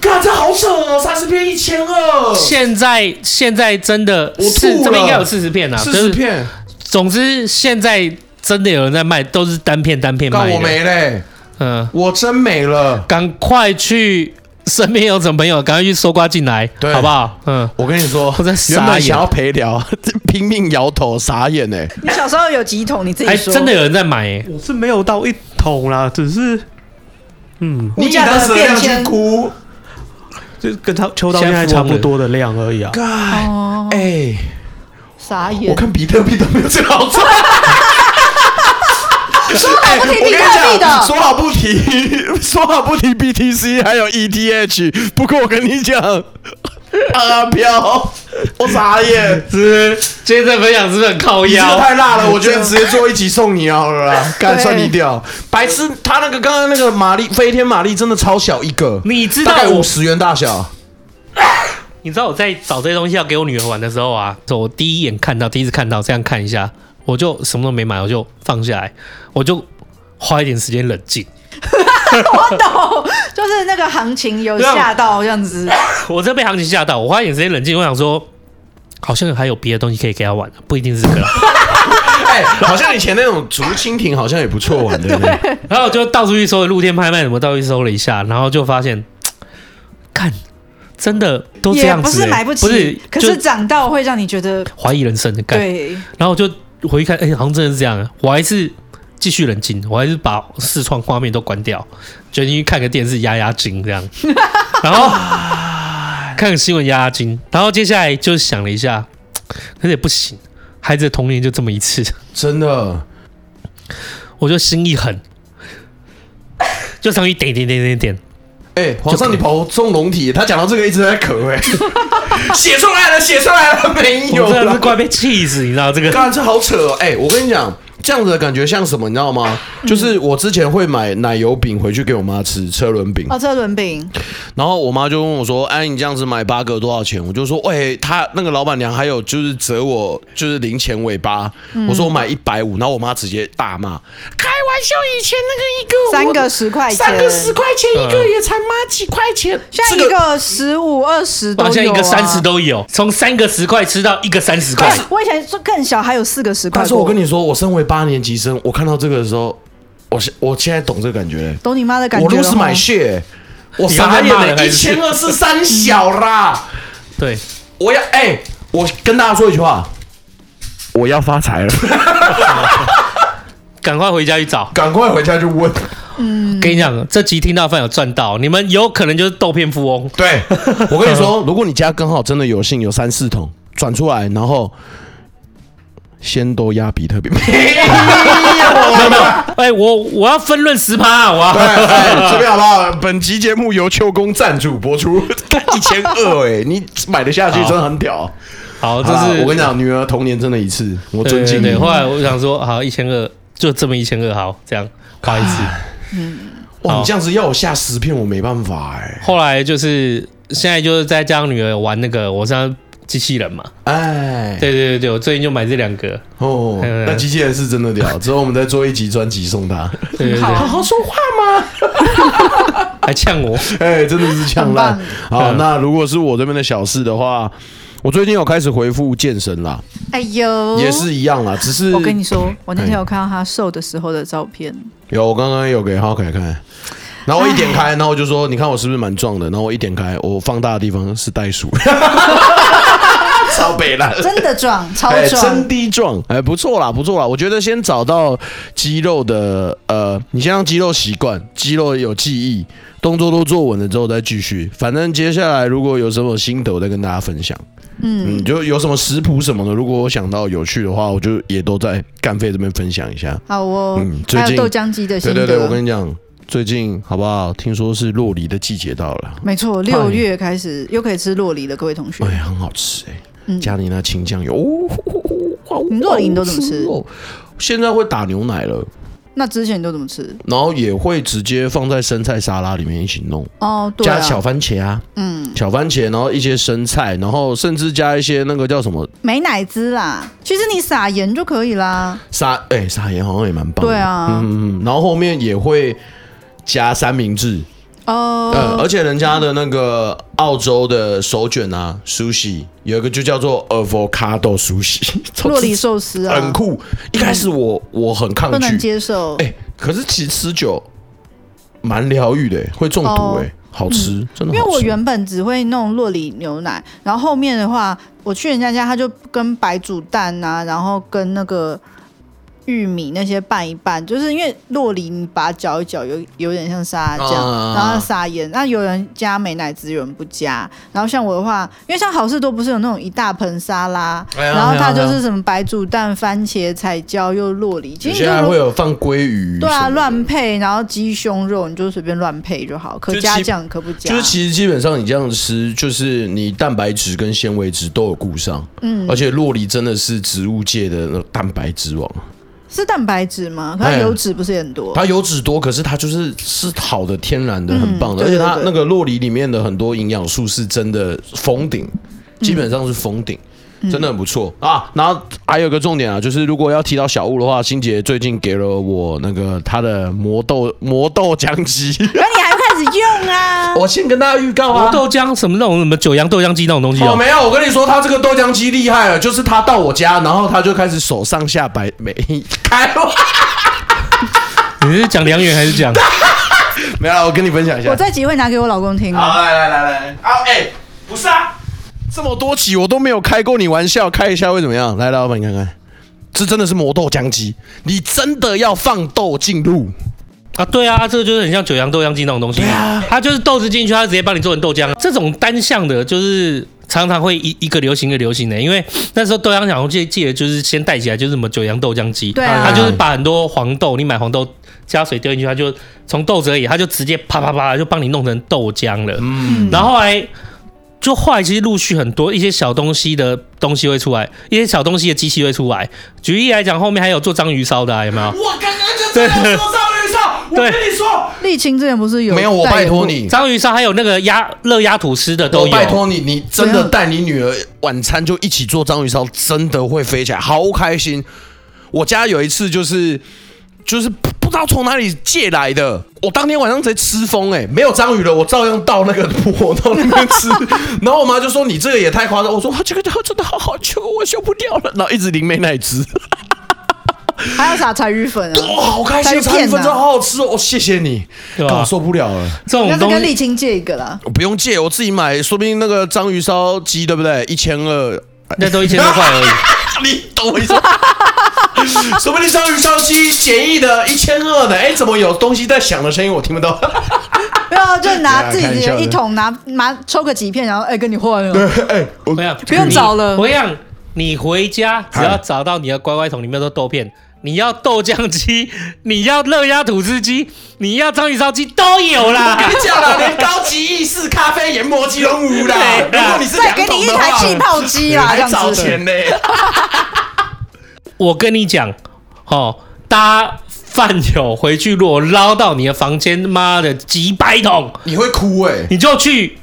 [SPEAKER 2] 看这好扯哦，三十片一千二，
[SPEAKER 3] 现在现在真的
[SPEAKER 2] 我吐
[SPEAKER 3] 是
[SPEAKER 2] 了
[SPEAKER 3] 这边应该有四十片啊，
[SPEAKER 2] 四
[SPEAKER 3] 就
[SPEAKER 2] 十
[SPEAKER 3] 是。
[SPEAKER 2] 片，
[SPEAKER 3] 总之现在真的有人在卖，都是单片单片
[SPEAKER 2] 干
[SPEAKER 3] 卖
[SPEAKER 2] 我
[SPEAKER 3] 的。
[SPEAKER 2] 没嘞，
[SPEAKER 3] 嗯，
[SPEAKER 2] 我真没了。
[SPEAKER 3] 赶快去身边有什么朋友，赶快去搜刮进来，
[SPEAKER 2] 对
[SPEAKER 3] 好不好？嗯，
[SPEAKER 2] 我跟你说，
[SPEAKER 3] 我在
[SPEAKER 2] 原
[SPEAKER 3] 傻
[SPEAKER 2] 本想要
[SPEAKER 3] 眼，
[SPEAKER 2] 陪聊， 拼命摇头，傻眼哎、
[SPEAKER 4] 你小时候有几桶？你自己
[SPEAKER 3] 还
[SPEAKER 4] 说，
[SPEAKER 3] 哎真的有人在买欸。
[SPEAKER 5] 我是没有到一桶啦，只是嗯，
[SPEAKER 2] 你以当时的量去哭，
[SPEAKER 5] 就跟他秋刀现在差不多的量而已啊。
[SPEAKER 2] 干
[SPEAKER 4] 哦，
[SPEAKER 2] 哎、
[SPEAKER 4] 傻
[SPEAKER 2] 我
[SPEAKER 4] 眼，
[SPEAKER 2] 看比特币都没有这个好哎赚。
[SPEAKER 4] 说好不提比特币
[SPEAKER 2] 说
[SPEAKER 4] 的，
[SPEAKER 2] 好不提，说好不提 BTC 还有 ETH。不过我跟你讲，阿飘，我傻眼，
[SPEAKER 3] 是，今天这分享是不是很靠
[SPEAKER 2] 你这
[SPEAKER 3] 腰
[SPEAKER 2] 个？太辣了，我觉得直接做一集送你啊好了啦，干算你屌，白痴，他那个刚刚那个玛丽飞天玛丽真的超小一个，
[SPEAKER 3] 你知道
[SPEAKER 2] 大概
[SPEAKER 3] 我
[SPEAKER 2] 五十元大 小，
[SPEAKER 3] 你知道我在找这些东西要给我女儿玩的时候啊，我第一眼看到，第一次看到，这样看一下，我就什么都没买，我就放下来，我就花一点时间冷静。
[SPEAKER 4] 我懂，哦就是那个行情有
[SPEAKER 3] 啊
[SPEAKER 4] 吓到这样子，
[SPEAKER 3] 我真被行情吓到，我花一点时间冷静，我想说，好像还有别的东西可以给她玩，不一定是这个。
[SPEAKER 2] 哎，好像以前那种竹蜻蜓好像也不错玩的，
[SPEAKER 3] 然后我就到处去搜，露天拍卖什么到处去搜了一下，然后就发现，看，真的都这
[SPEAKER 4] 也
[SPEAKER 3] 样子、欸，
[SPEAKER 4] 不是买不起，
[SPEAKER 3] 不是，
[SPEAKER 4] 可
[SPEAKER 3] 就是
[SPEAKER 4] 长到会让你觉得
[SPEAKER 3] 怀疑人生的感。
[SPEAKER 4] 对，
[SPEAKER 3] 然后我就回去看，哎、好像真的是这样啊。我还是继续冷静，我还是把视窗画面都关掉，决定去看个电视压压惊这样。 然后看个新闻压压惊，然后接下来就想了一下，可是也不行，孩子的童年就这么一次。
[SPEAKER 2] 真的。
[SPEAKER 3] 我就心一狠，就上去点点点点点，
[SPEAKER 2] 哎、皇上，你跑中龙体，他讲到这个一直在咳、 哎，写出来了，写出来了，没有
[SPEAKER 3] 我真的
[SPEAKER 2] 了
[SPEAKER 3] 是，快被气死，你知道这个？
[SPEAKER 2] 干这好扯哦！哎、我跟你讲，这样子的感觉像什么，你知道吗？
[SPEAKER 4] 嗯
[SPEAKER 2] 就是我之前会买奶油饼回去给我妈吃，车轮饼，
[SPEAKER 4] 哦，车轮饼，
[SPEAKER 2] 然后我妈就问我说：“哎，你这样子买八个多少钱？”我就说：“喂、她那个老板娘还有就是折我就是零钱尾巴。
[SPEAKER 4] 嗯
[SPEAKER 2] 我说我买一百五，然后我妈直接大骂：“开玩笑，以前那个一个
[SPEAKER 4] 三
[SPEAKER 2] 我
[SPEAKER 4] 个十块钱，
[SPEAKER 2] 三个十块钱一个
[SPEAKER 3] 嗯
[SPEAKER 2] 也才妈几块钱，
[SPEAKER 4] 现在一个十五、二十都
[SPEAKER 3] 好
[SPEAKER 4] 有、啊，
[SPEAKER 3] 像一个三十都有，从三个十块吃到一个三十块
[SPEAKER 4] 哎。我以前说更小，还有四个十块
[SPEAKER 2] 但
[SPEAKER 4] 过。
[SPEAKER 2] 是我跟你说，我身为八年级生，我看到这个的时候，我现我现在懂这个感觉了。
[SPEAKER 4] 懂你妈的感觉哦
[SPEAKER 2] 我
[SPEAKER 4] 了
[SPEAKER 2] 都
[SPEAKER 4] 吼。
[SPEAKER 2] 是买血，我
[SPEAKER 3] 你刚才
[SPEAKER 2] 傻眼
[SPEAKER 3] 骂了
[SPEAKER 2] 了，
[SPEAKER 3] 还
[SPEAKER 2] 一
[SPEAKER 3] 是
[SPEAKER 2] 千二是三小啦！
[SPEAKER 3] 对，
[SPEAKER 2] 我要哎、我跟大家说一句话，我要发财了，
[SPEAKER 3] 赶快回家去 找。
[SPEAKER 2] 赶快回家去问。
[SPEAKER 3] 跟你讲，这集听到饭有赚到，你们有可能就是豆片富翁。
[SPEAKER 2] 对，我跟你 说，如果你家刚好真的有幸有三四桶转出来，然后先都压比特币，没有啦。
[SPEAKER 3] 哎，我我要分润十趴啊，我
[SPEAKER 2] 哦对，
[SPEAKER 3] 要
[SPEAKER 2] 哎这边好不好？ 本集节目由秋公赞助播 出，一千二哎，你买得下去真的很屌。
[SPEAKER 3] 好，哦这
[SPEAKER 2] 好啦
[SPEAKER 3] 是
[SPEAKER 2] 我跟你讲，女儿童年真的一次，我
[SPEAKER 3] 对
[SPEAKER 2] 尊敬
[SPEAKER 3] 对
[SPEAKER 2] 你
[SPEAKER 3] 对。后来我想说，好，一千二，就这么一千二，好，这样，不好意思。
[SPEAKER 2] 哇，
[SPEAKER 3] 好
[SPEAKER 2] 你这样子要我下十片，我没办法哎。
[SPEAKER 3] 后来就是现在就是在教女儿玩那个，我上机器人嘛。
[SPEAKER 2] 哎，
[SPEAKER 3] 对对对对，我最近就买这两个。
[SPEAKER 2] 哦
[SPEAKER 3] 对对，
[SPEAKER 2] 那机器人是真的 屌。之后我们再做一集专辑送他，
[SPEAKER 3] 对对对，
[SPEAKER 2] 好好说话吗？
[SPEAKER 3] 还呛我。
[SPEAKER 2] 哎，真的是呛烂
[SPEAKER 4] 很。
[SPEAKER 2] 好，
[SPEAKER 3] 嗯
[SPEAKER 2] 那如果是我这边的小事的话，我最近有开始回复健身啦，
[SPEAKER 4] 哎呦，
[SPEAKER 2] 也是一样啦，只是
[SPEAKER 4] 我跟你说，我那天
[SPEAKER 2] 哎
[SPEAKER 4] 有看到他瘦的时候的照片，
[SPEAKER 2] 有，我刚刚有给浩凯看，然后我一点
[SPEAKER 4] 哎
[SPEAKER 2] 开，然后我就说，你看我是不是蛮壮的？然后我一点开，我放大的地方是袋鼠，超北蓝。
[SPEAKER 4] 真的壮，超
[SPEAKER 2] 哎，
[SPEAKER 4] 壮
[SPEAKER 2] 真。的壮，哎，不错啦，不错啦。我觉得先找到肌肉的，呃，你先让肌肉习惯，肌肉有记忆，动作都做稳了之后再继续。反正接下来如果有什么心得，我再跟大家分享。嗯，就有什么食谱什么的，如果我想到有趣的话，我就也都在干费这边分享一下。
[SPEAKER 4] 好哦，
[SPEAKER 2] 嗯最
[SPEAKER 4] 还有
[SPEAKER 2] 近
[SPEAKER 4] 豆浆机的心
[SPEAKER 2] 对
[SPEAKER 4] 得。
[SPEAKER 2] 对对，我跟你讲，最近好不好？听说是洛梨的季节到了，
[SPEAKER 4] 没错，六月开始又可以吃洛梨了，各位同学
[SPEAKER 2] 哎。呀，很好吃哎、加你那青酱油，哦，哇
[SPEAKER 4] 你嗯洛梨你都怎么吃？
[SPEAKER 2] 好好哦现在会打牛奶了，
[SPEAKER 4] 那之前你都怎么吃？
[SPEAKER 2] 然后也会直接放在生菜沙拉里面一起弄，
[SPEAKER 4] 哦，对
[SPEAKER 2] 加小
[SPEAKER 4] 啊，
[SPEAKER 2] 番茄啊，
[SPEAKER 4] 嗯，
[SPEAKER 2] 小番茄，然后一些生菜，然后甚至加一些那个叫什么
[SPEAKER 4] 美乃滋啦。其实你撒盐就可以啦。
[SPEAKER 2] 沙，哎、沙盐好像也蛮棒的。
[SPEAKER 4] 对啊
[SPEAKER 2] 嗯嗯嗯，然后后面也会加三明治，呃，
[SPEAKER 4] 哦，
[SPEAKER 2] 而且人家的那个澳洲的手卷啊，sushi 有一个就叫做 avocado sushi，
[SPEAKER 4] 洛梨寿司啊，
[SPEAKER 2] 很酷。一开始我我很抗
[SPEAKER 4] 不能
[SPEAKER 2] 拒，
[SPEAKER 4] 接受。
[SPEAKER 2] 哎、可是其实吃久蛮疗愈的、会中毒
[SPEAKER 4] 哦
[SPEAKER 2] 哎、好吃，真的好吃。
[SPEAKER 4] 因为我原本只会弄洛里牛奶，然后后面的话，我去人家家，他就跟白煮蛋啊，然后跟那个玉米那些拌一拌，就是因为洛里你把它搅一搅，有有点像沙拉酱，
[SPEAKER 2] 啊
[SPEAKER 4] 然后撒盐。那有人加美乃滋，有人不加。然后像我的话，因为像好事多不是有那种一大盆沙拉，
[SPEAKER 2] 哎呀
[SPEAKER 4] 然后它
[SPEAKER 2] 哎呀
[SPEAKER 4] 就
[SPEAKER 2] 哎
[SPEAKER 4] 是
[SPEAKER 2] 呀
[SPEAKER 4] 什么白煮蛋、番茄、彩椒又洛里，其
[SPEAKER 2] 有
[SPEAKER 4] 实
[SPEAKER 2] 些
[SPEAKER 4] 你就
[SPEAKER 2] 还
[SPEAKER 4] 如
[SPEAKER 2] 会有放鲑鱼，
[SPEAKER 4] 对啊，乱配，然后鸡胸肉你就随便乱配就好，可
[SPEAKER 2] 就
[SPEAKER 4] 加
[SPEAKER 2] 其
[SPEAKER 4] 酱可不加，
[SPEAKER 2] 就是其实基本上你这样吃，就是你蛋白质跟纤维质都有顾上，嗯，而且洛梨真的是植物界的那种蛋白质王，
[SPEAKER 4] 是蛋白质吗？可
[SPEAKER 2] 哎
[SPEAKER 4] 它油脂不是也很多？
[SPEAKER 2] 它油脂多，可是它就是是好的、天然的，很棒的，
[SPEAKER 4] 嗯对对
[SPEAKER 2] 而且它
[SPEAKER 4] 对
[SPEAKER 2] 那个洛梨里面的很多营养素是真的封顶，
[SPEAKER 4] 嗯
[SPEAKER 2] 基本上是封顶。真的很不错啊！然后还有一个重点啊，就是如果要提到小物的话，欣姐最近给了我那个她的磨豆磨豆浆机，？
[SPEAKER 4] 那你还开始用啊
[SPEAKER 2] 我先跟大家预告啊
[SPEAKER 3] 磨，豆浆什么那种什么九阳豆浆机那种东西
[SPEAKER 2] 哦，
[SPEAKER 3] 哦，
[SPEAKER 2] 没有，我跟你说，他这个豆浆机厉害了，就是他到我家，然后他就开始手上下摆没开 玩，
[SPEAKER 3] 你是讲良缘还是讲？
[SPEAKER 2] 没有啦，我跟你分享一下。
[SPEAKER 4] 我这集会拿给我老公听
[SPEAKER 2] 好，
[SPEAKER 4] 啊。
[SPEAKER 2] 来来来来，啊，哎、不是啊，这么多集我都没有开过你玩笑，开一下会怎么样？来，老板你看看，这真的是磨豆浆机，你真的要放豆进入。
[SPEAKER 3] 啊，对啊，这个就是很像九
[SPEAKER 4] 啊
[SPEAKER 3] 啊阳豆浆机那种东西，它就是豆子进去，它直接帮你做成豆浆。这种单向的，就是常常会一一个流行一个流行的，因为那时候豆浆小红记记得就是先带起来就是什么九阳豆浆机，
[SPEAKER 4] 对啊
[SPEAKER 3] 它就是把很多黄豆，你买黄豆加水丢进去，它就从豆子而已，它就直接啪啪啪就帮你弄成豆浆了。
[SPEAKER 2] 嗯，
[SPEAKER 3] 然后后来就后来其实陆续很多一些小东西的东西会出来，一些小东西的机器会出来。举例来讲，后面还有做章鱼烧的、啊，有没有？
[SPEAKER 2] 我刚刚就知道说章鱼烧，我
[SPEAKER 3] 对
[SPEAKER 2] 跟你说，
[SPEAKER 4] 沥青之前不是 有
[SPEAKER 2] 没有，我
[SPEAKER 4] 代
[SPEAKER 2] 拜
[SPEAKER 4] 言
[SPEAKER 2] 托
[SPEAKER 4] 过，
[SPEAKER 2] 你，
[SPEAKER 3] 章鱼烧还有那个鸭热鸭吐司的都
[SPEAKER 2] 我嗯
[SPEAKER 3] 有。
[SPEAKER 2] 哦拜托你，你真
[SPEAKER 4] 怎
[SPEAKER 2] 的
[SPEAKER 4] 样
[SPEAKER 2] 带你女儿晚餐就一起做章鱼烧，真的会飞起来，好开心。我家有一次就是就是不不知道从哪里借来的，我当天晚上直接吃疯哎、欸，没有章鱼了，我照样倒那个火到那边吃。然后我妈就说你这个也太夸张，我说啊这个真的好好吃，我受不了了，然后一直淋美奶 汁。
[SPEAKER 4] 还要撒柴鱼粉啊，
[SPEAKER 2] 哇、哦好开
[SPEAKER 4] 还
[SPEAKER 2] 心，
[SPEAKER 4] 有
[SPEAKER 2] 三
[SPEAKER 4] 片
[SPEAKER 2] 分
[SPEAKER 4] 啊
[SPEAKER 2] 钟好好吃哦，哦谢谢你，
[SPEAKER 3] 对吧
[SPEAKER 2] 但我受不了 了。
[SPEAKER 3] 这种
[SPEAKER 4] 要是
[SPEAKER 3] 东
[SPEAKER 4] 跟
[SPEAKER 3] 西
[SPEAKER 4] 沥青借一个啦，
[SPEAKER 2] 我不用借，我自己买，说不定那个章鱼烧鸡对不对？一千二，
[SPEAKER 3] 那都一千多块 而已。
[SPEAKER 2] 你懂我意思吗？说不定章鱼烧鸡简易的一千二的，哎，怎么有东西在响的声音我听不到？
[SPEAKER 4] 没有就 拿自
[SPEAKER 2] 对啊开玩
[SPEAKER 4] 己
[SPEAKER 2] 笑的
[SPEAKER 4] 的一桶拿拿抽个几片，然后哎跟你换了，
[SPEAKER 3] 我跟你讲
[SPEAKER 4] 不用找了
[SPEAKER 3] 你我跟你讲，你回家只要找到你的乖乖桶里面都豆片，你要豆浆机，你要热压吐司机，你要章鱼烧机都有 啦。
[SPEAKER 2] 这样啊啦，连高级意式咖啡研磨机都无啦。
[SPEAKER 3] 对
[SPEAKER 2] 如
[SPEAKER 3] 啊
[SPEAKER 2] 果你是
[SPEAKER 4] 再给你一台气泡机啦，这
[SPEAKER 2] 还
[SPEAKER 4] 样
[SPEAKER 2] 找
[SPEAKER 4] 子。
[SPEAKER 2] 钱呢。
[SPEAKER 3] 我跟你讲，哦，搭饭友回去，如果捞到你的房间，妈的几百桶，
[SPEAKER 2] 你会哭哎、
[SPEAKER 3] 你就去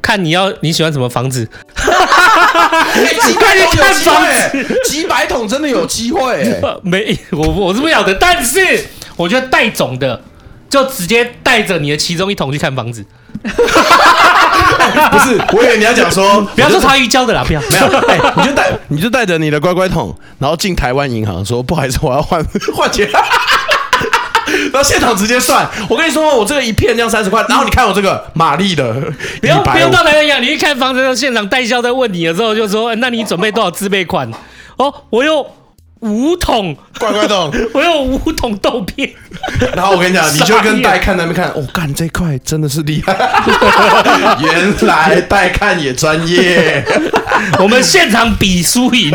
[SPEAKER 3] 看你要你喜欢什么房子，
[SPEAKER 2] 哎几百桶有机会、哎几百桶真的有机会、哎
[SPEAKER 3] 呃没， 我我是不晓得，但是我觉得带种的就直接带着你的其中一桶去看房子，
[SPEAKER 2] 不是，我以为你要讲说，
[SPEAKER 3] 不要说茶余教的啦，不要，
[SPEAKER 2] 没有，哎、你就带你就带着你的乖乖桶，然后进台湾银行说，不好意思，我要换 换钱。然后现场直接算，我跟你说，我这个一片这样三十块，然后你看我这个玛丽的，
[SPEAKER 3] 不
[SPEAKER 2] 不
[SPEAKER 3] 用不用到台湾养，你去看房子的现场代销在问你的时候，就说、哎那你准备多少自备款？哦，我有五桶，
[SPEAKER 2] 乖乖桶。
[SPEAKER 3] 我有五桶豆片，
[SPEAKER 2] 然后我跟你讲，你就跟
[SPEAKER 3] 傻
[SPEAKER 2] 戴
[SPEAKER 3] 眼
[SPEAKER 2] 看那边看，我、哦、干这块真的是厉害， 原来戴看也专业，
[SPEAKER 3] 我们现场比输赢，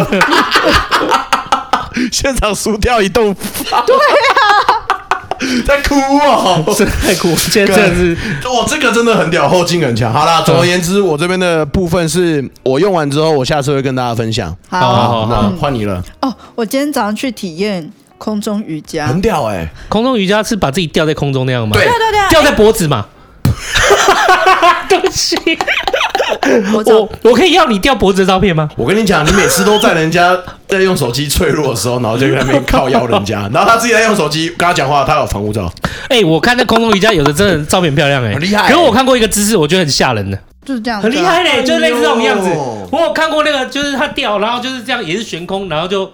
[SPEAKER 2] 现场输掉一栋房，对啊，在哭哦，
[SPEAKER 3] 真的太酷， 今天 真的是
[SPEAKER 2] 我这个真的很屌，后劲很强。好
[SPEAKER 3] 嗯
[SPEAKER 2] 啦，总而言之，我这边的部分是我用完之后，我下次会跟大家分享。
[SPEAKER 3] 好
[SPEAKER 4] 好
[SPEAKER 3] 好
[SPEAKER 2] 那换你了，
[SPEAKER 4] 哦，我今天早上去体验空中瑜伽，
[SPEAKER 2] 很屌哎！
[SPEAKER 3] 空中瑜伽是把自己吊在空中那样吗？
[SPEAKER 2] 对
[SPEAKER 4] 对对对啊，
[SPEAKER 3] 吊在脖 子嘛。对不起，
[SPEAKER 4] 我早
[SPEAKER 2] 哦
[SPEAKER 3] 我我可以要你吊脖子的照片吗？
[SPEAKER 2] 我跟你讲，你每次都在人家在用手机脆弱的时候，然后就在那边靠腰人家，然后他自己在用手机跟他讲话，他有防护罩，
[SPEAKER 3] 哎、我看那空中瑜伽有的真的照片漂亮哎、
[SPEAKER 2] 很厉害欸
[SPEAKER 3] 可是我看过一个姿势，我觉得很吓人的，
[SPEAKER 4] 就是这样子啊，
[SPEAKER 3] 很厉害嘞、就是类似这种样子
[SPEAKER 2] 哎呦。
[SPEAKER 3] 我有看过那个，就是他吊，然后就是这样，也是悬空，然后就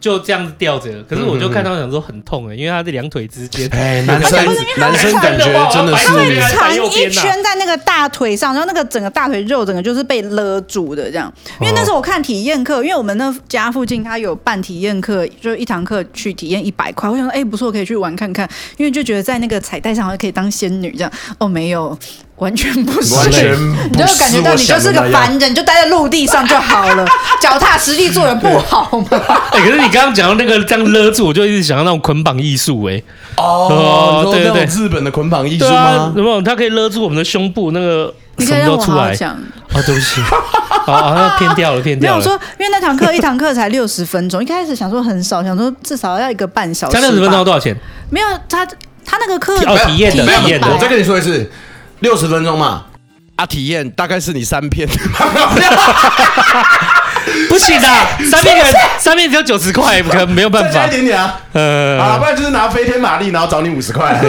[SPEAKER 3] 就这样子吊着。可是我就看到想说很痛哎、因为他的两腿之间。
[SPEAKER 2] 嗯哎，男生
[SPEAKER 4] 不是因为他
[SPEAKER 2] 男生感觉真的
[SPEAKER 3] 他会
[SPEAKER 2] 是，
[SPEAKER 4] 缠一圈在那个大腿上，然后那个整个大腿肉整个就是被勒住的这样。因为那时候我看体验课，因为我们那家附近他有办体验课，就一堂课去体验一百块，我想说哎、不错，可以去玩看看，因为就觉得在那个彩带上好像可以当仙女这样。哦，没有，完全不是，
[SPEAKER 2] 完全
[SPEAKER 4] 你就感觉到你就是个凡人，你就待在陆地上就好 了，脚踏实地做人不好吗？
[SPEAKER 3] 哎、可是你刚刚讲到那个这样勒住，我就一直想到那种捆绑艺术哎。
[SPEAKER 2] 哦，
[SPEAKER 3] 哦
[SPEAKER 2] 你
[SPEAKER 3] 对
[SPEAKER 2] 说
[SPEAKER 3] 对
[SPEAKER 2] 那
[SPEAKER 3] 对
[SPEAKER 2] 种日本的捆绑艺术
[SPEAKER 3] 对啊
[SPEAKER 2] 吗，？
[SPEAKER 3] 有没有？它可以勒住我们的胸部，那个
[SPEAKER 4] 你
[SPEAKER 3] 什
[SPEAKER 4] 可以
[SPEAKER 3] 么
[SPEAKER 4] 让
[SPEAKER 3] 都
[SPEAKER 4] 我
[SPEAKER 3] 出
[SPEAKER 4] 好好
[SPEAKER 3] 来。
[SPEAKER 4] 讲。
[SPEAKER 3] 哦，对不起，好，好像偏掉了，偏
[SPEAKER 4] 没有
[SPEAKER 3] 掉
[SPEAKER 4] 我
[SPEAKER 3] 了。
[SPEAKER 4] 说，因为那堂课一堂课才六十分钟，一开始想说很少，想说至少要一个半小时吧。
[SPEAKER 3] 加六十分钟要多少钱？
[SPEAKER 4] 没有他他那个课
[SPEAKER 3] 哦体验的
[SPEAKER 4] 体
[SPEAKER 3] 体验
[SPEAKER 4] 验
[SPEAKER 3] 的
[SPEAKER 4] 版
[SPEAKER 2] 我再跟你说一次，六十分钟嘛。啊，体验大概是你三片，不要
[SPEAKER 3] 不行的，三面可能三面只有九十块，可能没有办
[SPEAKER 2] 再加
[SPEAKER 3] 法
[SPEAKER 2] 一。点点啊！啊，
[SPEAKER 3] 呃
[SPEAKER 2] 不，然就是拿飞天玛丽，然后找你五十块。啊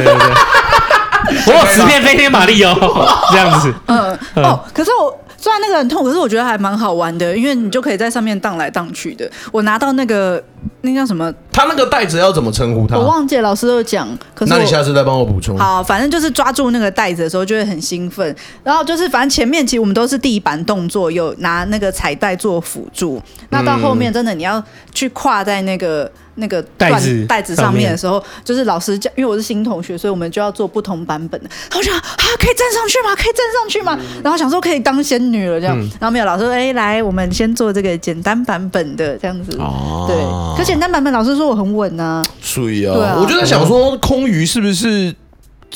[SPEAKER 3] 我有十片飞天玛 丽哦，这样子。
[SPEAKER 4] 嗯哦，可是我虽然那个很痛，可是我觉得还蛮好玩的，因为你就可以在上面荡来荡去的。我拿到那个那叫什么？
[SPEAKER 2] 它那个袋子要怎么称呼它
[SPEAKER 4] 我？忘记了，老师都有讲。可是
[SPEAKER 2] 那你
[SPEAKER 4] 我
[SPEAKER 2] 下次再帮我补充。
[SPEAKER 4] 好，反正就是抓住那个袋子的时候就会很兴奋，然后就是反正前面其实我们都是地板动作，有拿那个彩带做辅助，那到后面真的你要去跨在那个。那个
[SPEAKER 3] 袋
[SPEAKER 4] 缎
[SPEAKER 3] 子
[SPEAKER 4] 袋子
[SPEAKER 3] 上
[SPEAKER 4] 上面
[SPEAKER 3] 面
[SPEAKER 4] 的时候，就是老师叫，因为我是新同学，所以我们就要做不同版本的。然后我就想啊，可以站上去吗？可以站上去吗？
[SPEAKER 3] 嗯
[SPEAKER 4] 然后想说可以当仙女了这样，然后没有老师说，哎、来，我们先做这个简单版本的这样子。
[SPEAKER 2] 哦
[SPEAKER 4] 对，可简单版本老师说我很稳呐、
[SPEAKER 2] 所以啊
[SPEAKER 4] 对啊
[SPEAKER 2] 我就在想说，空余是不是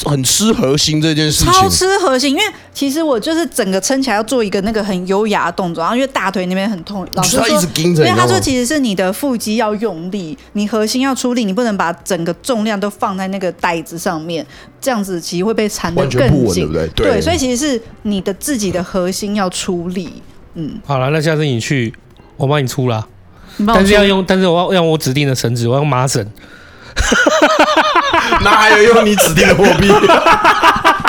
[SPEAKER 2] 很吃核心这件事
[SPEAKER 4] 超
[SPEAKER 2] 情？
[SPEAKER 4] 吃核心，因为其实我就是整个撑起来要做一个那个很优雅的动作，然后因为大腿那边很痛，老
[SPEAKER 2] 就是
[SPEAKER 4] 师
[SPEAKER 2] 他
[SPEAKER 4] 说
[SPEAKER 2] 一直盯着，
[SPEAKER 4] 因为
[SPEAKER 2] 你知
[SPEAKER 4] 他
[SPEAKER 2] 道
[SPEAKER 4] 说
[SPEAKER 2] 吗？
[SPEAKER 4] 其实是你的腹肌要用力，你核心要出力，你不能把整个重量都放在那个带子上面，这样子其实会被缠得
[SPEAKER 2] 完全不
[SPEAKER 4] 更
[SPEAKER 2] 稳，对
[SPEAKER 4] 紧
[SPEAKER 2] 不。对？
[SPEAKER 4] 对，所以其实是你的自己的核心要出力，嗯，
[SPEAKER 3] 好了，那下次你去，我帮你出啦。
[SPEAKER 4] 你帮我
[SPEAKER 3] 但是
[SPEAKER 4] 出
[SPEAKER 3] 要用，但是我要让我指定的绳子，我要用麻绳。
[SPEAKER 2] 那还有用你指定的货币？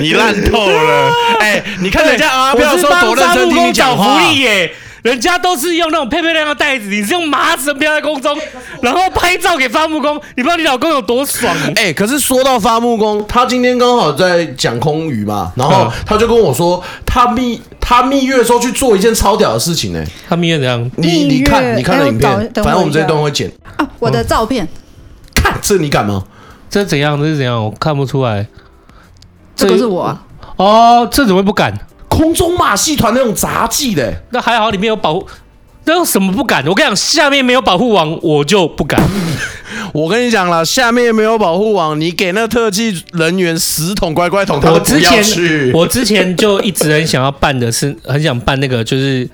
[SPEAKER 2] 你烂透了！哎、你看人家啊，不要说多认真听你讲
[SPEAKER 3] 我是帮商务
[SPEAKER 2] 话
[SPEAKER 3] 宫找。福利耶。人家都是用那种漂漂亮亮的袋子，你是用麻绳飘在空中， 然后拍照给伐木工，你不知道你老公有多爽。
[SPEAKER 2] 哎、可是说到伐木工，他今天刚好在讲空余嘛，然后他就跟我说，他蜜他蜜月的时候去做一件超屌的事情呢、
[SPEAKER 3] 他们也这样，
[SPEAKER 2] 你
[SPEAKER 4] 蜜
[SPEAKER 2] 你
[SPEAKER 4] 月
[SPEAKER 2] 看你看
[SPEAKER 4] 哎
[SPEAKER 2] 了
[SPEAKER 4] 我
[SPEAKER 2] 影
[SPEAKER 4] 搞
[SPEAKER 2] 片，
[SPEAKER 4] 等
[SPEAKER 2] 反正
[SPEAKER 4] 我
[SPEAKER 2] 我们
[SPEAKER 4] 一
[SPEAKER 2] 这
[SPEAKER 4] 下
[SPEAKER 2] 段会剪。
[SPEAKER 4] 啊，我的照片，
[SPEAKER 2] 看这你敢吗？
[SPEAKER 3] 这怎样？这是怎样？我看不出来。
[SPEAKER 4] 这个是我啊、
[SPEAKER 3] 哦，这怎么会不敢？
[SPEAKER 2] 空中马戏团那种杂技的、
[SPEAKER 3] 那还好里面有保护，那有什么不敢？我跟你讲，下面没有保护网，我就不敢。
[SPEAKER 2] 我跟你讲了，下面没有保护网，你给那特技人员十桶乖乖 桶，他
[SPEAKER 3] 我
[SPEAKER 2] 们不
[SPEAKER 3] 之
[SPEAKER 2] 要
[SPEAKER 3] 前
[SPEAKER 2] 去。
[SPEAKER 3] 我之前就一直很想要办的是，很想办那个就是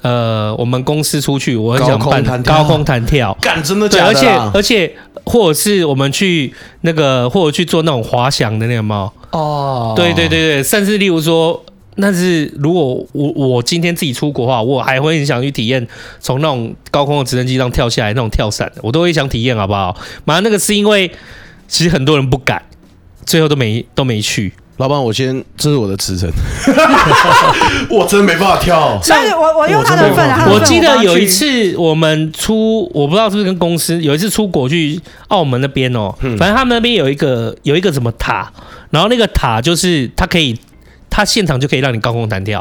[SPEAKER 3] 呃，我们公司出去，我很想
[SPEAKER 2] 高空弹
[SPEAKER 3] 办
[SPEAKER 2] 跳
[SPEAKER 3] 高空弹跳。
[SPEAKER 2] 干真的
[SPEAKER 3] 对，
[SPEAKER 2] 假
[SPEAKER 3] 而
[SPEAKER 2] 的
[SPEAKER 3] 且
[SPEAKER 2] 啊？
[SPEAKER 3] 而且，或者是我们去那个，或者去做那种滑翔的那个猫，
[SPEAKER 2] 哦
[SPEAKER 3] 对对对对，甚至例如说，那是如果我我今天自己出国的话，我还会很想去体验从那种高空的直升机上跳下来那种跳伞的，我都会想体验，好不好？马上那个是因为其实很多人不敢，最后都没都没去。
[SPEAKER 2] 老板，我先，这是我的辞呈， 我真没办法跳。
[SPEAKER 4] 但是我我用他的份啊，他的份
[SPEAKER 3] 我记
[SPEAKER 4] 帮
[SPEAKER 3] 得
[SPEAKER 4] 他
[SPEAKER 3] 有一
[SPEAKER 4] 去
[SPEAKER 3] 次我们出，我不知道是不是跟公司，有一次出国去澳门那边哦，反正他们那边有一个有一个什么塔，然后那个塔就是它可以，它现场就可以让你高空弹跳，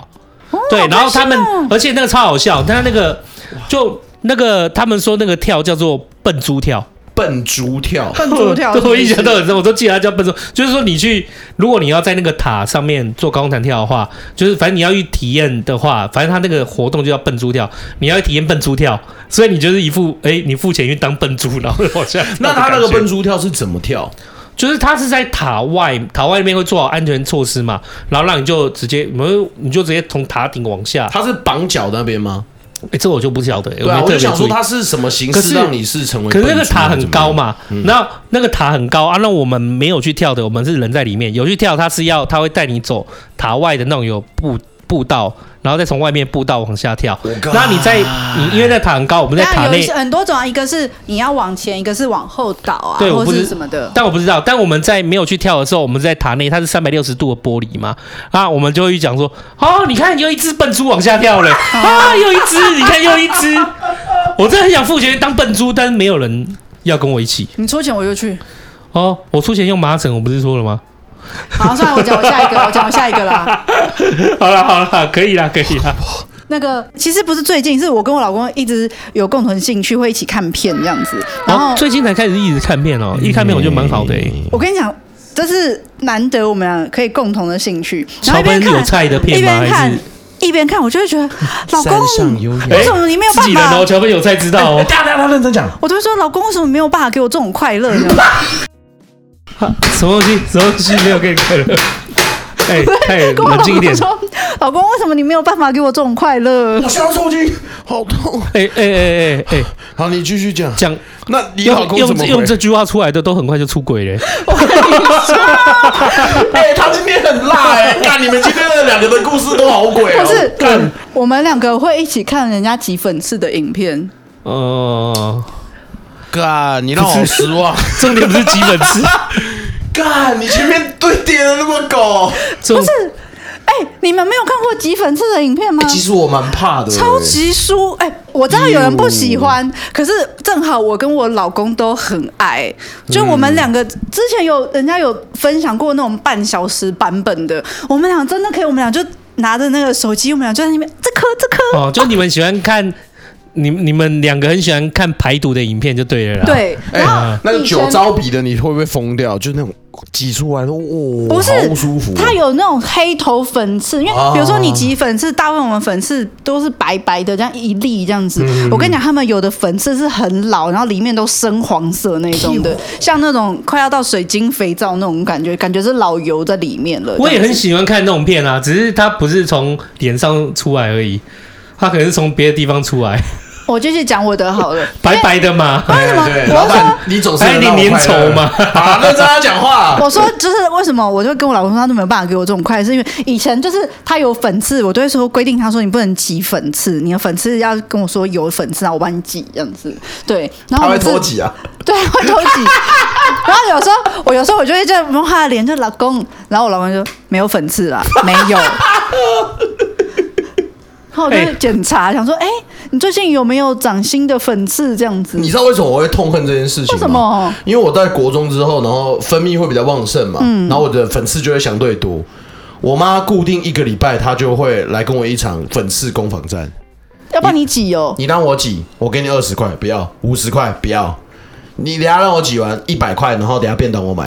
[SPEAKER 4] 哦
[SPEAKER 3] 对，然后他们而且那个超好笑，但是那个就那个他们说那个跳叫做笨猪跳。
[SPEAKER 2] 笨猪跳，
[SPEAKER 4] 笨猪跳，
[SPEAKER 3] 对我印象都很深，我都记得它叫笨猪。就是说，你去，如果你要在那个塔上面做高空弹跳的话，就是反正你要去体验的话，反正它那个活动就叫笨猪跳，你要去体验笨猪跳，所以你就是一副哎、你付钱去当笨猪，然后往下跳的
[SPEAKER 2] 那他那个
[SPEAKER 3] 感觉
[SPEAKER 2] 笨猪跳是怎么跳？
[SPEAKER 3] 就是它是在塔外，塔外面会做好安全措施嘛，然后让你就直接，你就你就直接从塔顶往下。
[SPEAKER 2] 他是绑脚那边吗？
[SPEAKER 3] 哎、这我就不晓得、
[SPEAKER 2] 对啊，
[SPEAKER 3] 没
[SPEAKER 2] 我
[SPEAKER 3] 特
[SPEAKER 2] 就
[SPEAKER 3] 别
[SPEAKER 2] 想
[SPEAKER 3] 注
[SPEAKER 2] 说
[SPEAKER 3] 意。
[SPEAKER 2] 他是什么形
[SPEAKER 3] 可
[SPEAKER 2] 式
[SPEAKER 3] 是
[SPEAKER 2] 让你是成为？啊
[SPEAKER 3] 可是那个塔很高？嘛，那那个塔很高啊，那我们没有去跳的，我们是人在里面。有去跳，它是要它会带你走塔外的那种有步步道，然后再从外面步道往下跳。那你在你因为那塔很高，我们在塔
[SPEAKER 4] 但有一
[SPEAKER 3] 内
[SPEAKER 4] 些，很多种啊，一个是你要往前，一个是往后倒啊，
[SPEAKER 3] 对我
[SPEAKER 4] 或
[SPEAKER 3] 不
[SPEAKER 4] 是
[SPEAKER 3] 知
[SPEAKER 4] 什么的。
[SPEAKER 3] 但我不知道，但我们在没有去跳的时候，我们在塔内，它是三百六十度的玻璃嘛，啊，我们就会讲说，哦，你看有一只笨猪往下跳了， 啊，又一只，你看又一只，我真的很想付钱当笨猪，但是没有人要跟我一起。
[SPEAKER 4] 你出钱我就去。
[SPEAKER 3] 哦，我出钱用麻绳，我不是说了吗？
[SPEAKER 4] 好，算了，我讲我下一个，我讲我下一个啦。
[SPEAKER 3] 好了好了，可以啦可以啦。
[SPEAKER 4] 那个其实不是最近，是我跟我老公一直有共同兴趣，会一起看片这样子。然后、
[SPEAKER 3] 哦，最近才开始一直看片哦，一看片我觉得蛮好的、欸，
[SPEAKER 4] 我跟你讲，这是难得我们俩可以共同的兴趣，然后
[SPEAKER 3] 小
[SPEAKER 4] 一边
[SPEAKER 3] 班有
[SPEAKER 4] 看
[SPEAKER 3] 菜的
[SPEAKER 4] 一
[SPEAKER 3] 片吗？
[SPEAKER 4] 边
[SPEAKER 3] 还
[SPEAKER 4] 看
[SPEAKER 3] 是
[SPEAKER 4] 一边看，我就会觉得老公
[SPEAKER 2] 山上优雅
[SPEAKER 4] 为什么你没有
[SPEAKER 3] 自
[SPEAKER 4] 办
[SPEAKER 3] 己人
[SPEAKER 4] 法？
[SPEAKER 3] 哦？小班有菜知道 哦。
[SPEAKER 2] 哎大家他认真讲，
[SPEAKER 4] 我都会说老公为什么没有办法给我这种快乐 呢？
[SPEAKER 3] 什么东西？什么东西没有给你看 了？哎，哎，
[SPEAKER 4] 跟我
[SPEAKER 3] 冷
[SPEAKER 4] 老
[SPEAKER 3] 静一点
[SPEAKER 4] 公。说，老公为什么你没有办法给我这种快乐？
[SPEAKER 2] 我胸抽筋，好痛。
[SPEAKER 3] 哎哎哎哎哎，
[SPEAKER 2] 好，你继续讲。
[SPEAKER 3] 讲
[SPEAKER 2] 那你老
[SPEAKER 3] 用
[SPEAKER 2] 公怎么
[SPEAKER 3] 用用
[SPEAKER 2] 回
[SPEAKER 3] 这句话出来的都很快就出轨嘞。
[SPEAKER 2] 哎，他今天很辣哎！ 看你们今天的两个的故事都好鬼
[SPEAKER 4] 可
[SPEAKER 2] 哦。
[SPEAKER 4] 是
[SPEAKER 2] 干
[SPEAKER 4] 我们两个会一起看人家挤粉刺的影片，
[SPEAKER 3] 哦，
[SPEAKER 2] 干，你让我好失望。
[SPEAKER 3] 重点不是基 本字，
[SPEAKER 2] 干，你前面对点的那么狗，
[SPEAKER 3] 重
[SPEAKER 4] 不是？哎、你们没有看过挤粉刺的影片吗？
[SPEAKER 2] 欸其实我蛮怕的、欸，
[SPEAKER 4] 超级舒哎、我知道有人不喜
[SPEAKER 2] 哎
[SPEAKER 4] 欢，可是正好我跟我老公都很爱，就我们两个之前有人家有分享过那种半小时版本的，我们俩真的可以，我们俩就拿着那个手机，我们俩就在那边这颗这颗，
[SPEAKER 3] 哦，就你们喜欢看，你你们两个很喜欢看排毒的影片就对了啦。，
[SPEAKER 4] 对，
[SPEAKER 2] 哎、
[SPEAKER 4] 然后
[SPEAKER 2] 那个
[SPEAKER 4] 以前
[SPEAKER 2] 酒糟鼻的，你会不会疯掉？就那种挤出来的，哦，
[SPEAKER 4] 不是
[SPEAKER 2] 好不舒服。
[SPEAKER 4] 它有那种黑头粉刺，因为
[SPEAKER 2] 哦
[SPEAKER 4] 比如说你挤粉刺，大部分我们粉刺都是白白的，这样一粒这样子。
[SPEAKER 3] 嗯
[SPEAKER 4] 我跟你讲，他们有的粉刺是很老，然后里面都深黄色那种的，像那种快要到水晶肥皂那种感觉，感觉是老油在里面了。
[SPEAKER 3] 我也
[SPEAKER 4] 这样
[SPEAKER 3] 很
[SPEAKER 4] 子
[SPEAKER 3] 喜欢看那种片啊，只是它不是从脸上出来而已，它可能是从别的地方出来，
[SPEAKER 4] 我继续讲我的好 了。
[SPEAKER 3] 白白的嘛。
[SPEAKER 2] 对，
[SPEAKER 4] 为什么
[SPEAKER 2] 哎对
[SPEAKER 4] 我
[SPEAKER 2] 老
[SPEAKER 4] 是说
[SPEAKER 2] 板，你总是
[SPEAKER 3] 哎，
[SPEAKER 2] 能
[SPEAKER 3] 你
[SPEAKER 2] 让我
[SPEAKER 3] 粘
[SPEAKER 2] 快乐
[SPEAKER 3] 稠？嘛？
[SPEAKER 2] 啊，认真他讲话。
[SPEAKER 3] 啊
[SPEAKER 4] 我说就是为什么我就跟我老公说他都没有办法给我这种快乐，是因为以前就是他有粉刺，我都会说规定他说你不能挤粉刺，你的粉刺要跟我说有粉刺，然后我帮你挤这样子。对，然后
[SPEAKER 2] 他
[SPEAKER 4] 我
[SPEAKER 2] 会
[SPEAKER 4] 们是
[SPEAKER 2] 脱挤啊！
[SPEAKER 4] 对，会偷 挤。然后有时候我有时候我就会这样摸他的脸，就老公，然后我老公就没有粉 刺啦，没有。然后我就去检查，想说，哎、你最近有没有长新的粉刺这样子？
[SPEAKER 2] 你知道为什么我会痛恨这件事情吗？
[SPEAKER 4] 为什么？
[SPEAKER 2] 因为我在国中之后，然后分泌会比较旺盛嘛，
[SPEAKER 4] 嗯
[SPEAKER 2] 然后我的粉刺就会相对多。我妈固定一个礼拜，她就会来跟我一场粉刺攻防战。
[SPEAKER 4] 要帮你挤哦、
[SPEAKER 2] 你让我挤，我给你二十块，不要；五十块，不要。你等下让我挤完一百块，然后等下便当我买。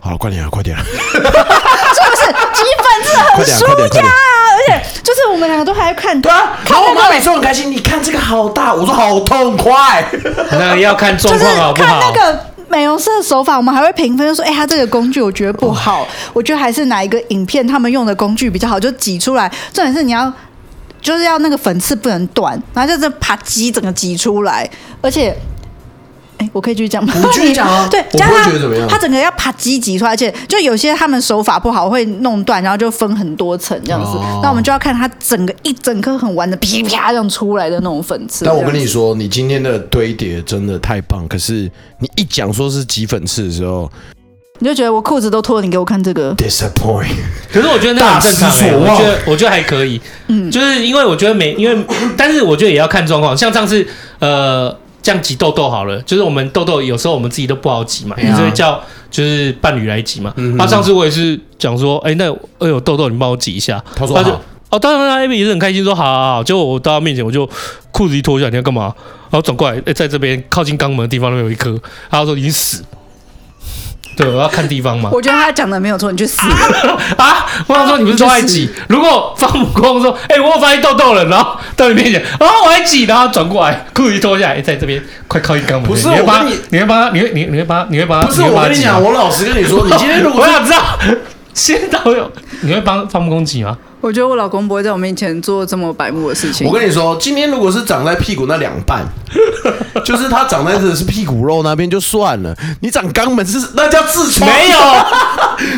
[SPEAKER 2] 好了，快点啊，快点啊，
[SPEAKER 4] 是不是？挤粉刺
[SPEAKER 2] 快
[SPEAKER 4] 很
[SPEAKER 2] 点啊
[SPEAKER 4] 舒
[SPEAKER 2] 快点
[SPEAKER 4] 压
[SPEAKER 2] 快点
[SPEAKER 4] 啊，而且就是我们两个都还看，
[SPEAKER 2] 对啊。然后我妈每次都很开心，你看这个好大，我说好痛 快。
[SPEAKER 3] 那要看状
[SPEAKER 4] 就是
[SPEAKER 3] 况好不
[SPEAKER 4] 看那
[SPEAKER 3] 好？
[SPEAKER 4] 个美容社的手法，我们还会评分，就说哎、他这个工具我觉得不好， 我觉得还是哪一个影片他们用的工具比较好，就挤出来。重点是你要就是要那个粉刺不能断，然后就是啪叽整个挤出来，而且。哎，我可以继续讲吗？
[SPEAKER 2] 你继续讲啊
[SPEAKER 4] 对，
[SPEAKER 2] 我
[SPEAKER 4] 加
[SPEAKER 2] 不会
[SPEAKER 4] 上
[SPEAKER 2] 觉得怎么样
[SPEAKER 4] 它整个要啪叽挤出来，而且就有些他们手法不好会弄断，然后就分很多层这样子。
[SPEAKER 2] 哦
[SPEAKER 4] 那我们就要看它整个一整颗很完的噼啪这样出来的那种粉刺。
[SPEAKER 2] 但我
[SPEAKER 4] 这样
[SPEAKER 2] 跟你
[SPEAKER 4] 子
[SPEAKER 2] 说，你今天的堆叠真的太棒。可是你一讲说是挤粉刺的时候
[SPEAKER 4] 你就觉得我裤子都脱了，你给我看这个。
[SPEAKER 2] ，disappoint。
[SPEAKER 3] 可是我觉得那很正常、欸，
[SPEAKER 2] 大失所
[SPEAKER 3] 我
[SPEAKER 2] 望
[SPEAKER 3] 觉得我觉得还可以，嗯，就是因为我觉得每因为，但是我觉得也要看状况，像上次呃，这样挤痘痘好了，就是我们痘痘有时候我们自己都不好挤嘛，
[SPEAKER 2] 哎
[SPEAKER 3] 你
[SPEAKER 2] 呀
[SPEAKER 3] 就会叫就是伴侣来挤嘛。啊
[SPEAKER 2] 嗯
[SPEAKER 3] 他、上次我也是讲说，哎、那哎有痘痘，你帮我挤一下。
[SPEAKER 2] 他说
[SPEAKER 3] 就
[SPEAKER 2] 好
[SPEAKER 3] 哦，当然了，Abby 也是很开心，说好好好。结果我到他面前，我就裤子一脱下，你要干嘛？然后转过来，哎、在这边靠近肛门的地方那边有一颗，他说已经死。对，我要看地方嘛。
[SPEAKER 4] 我觉得他讲的没有错，你去死！
[SPEAKER 3] 啊！我想说你不是都 爱挤？如果方母公说：“哎、我有发现痘痘了。”然后到你面前，啊，我还挤，然后转过来，裤子一脱下来，在这边快靠近肛门。
[SPEAKER 2] 不是
[SPEAKER 3] 你会
[SPEAKER 2] 我
[SPEAKER 3] 帮他
[SPEAKER 2] 跟你，
[SPEAKER 3] 你会帮他，你会你你会帮他，你会帮他，
[SPEAKER 2] 不是
[SPEAKER 3] 你会
[SPEAKER 2] 我
[SPEAKER 3] 帮他
[SPEAKER 2] 跟你
[SPEAKER 3] 挤吗啊
[SPEAKER 2] 讲，我老实跟你说，你今天如 果
[SPEAKER 3] 我想知道，先导游，你会帮方木公挤 吗？
[SPEAKER 4] 我觉得我老公不会在我面前做这么白目的事情。
[SPEAKER 2] 我跟你说，今天如果是长在屁股那两 半，就是它长在真的是屁股肉那边就算了，你长肛门是那叫痔疮，
[SPEAKER 3] 没有，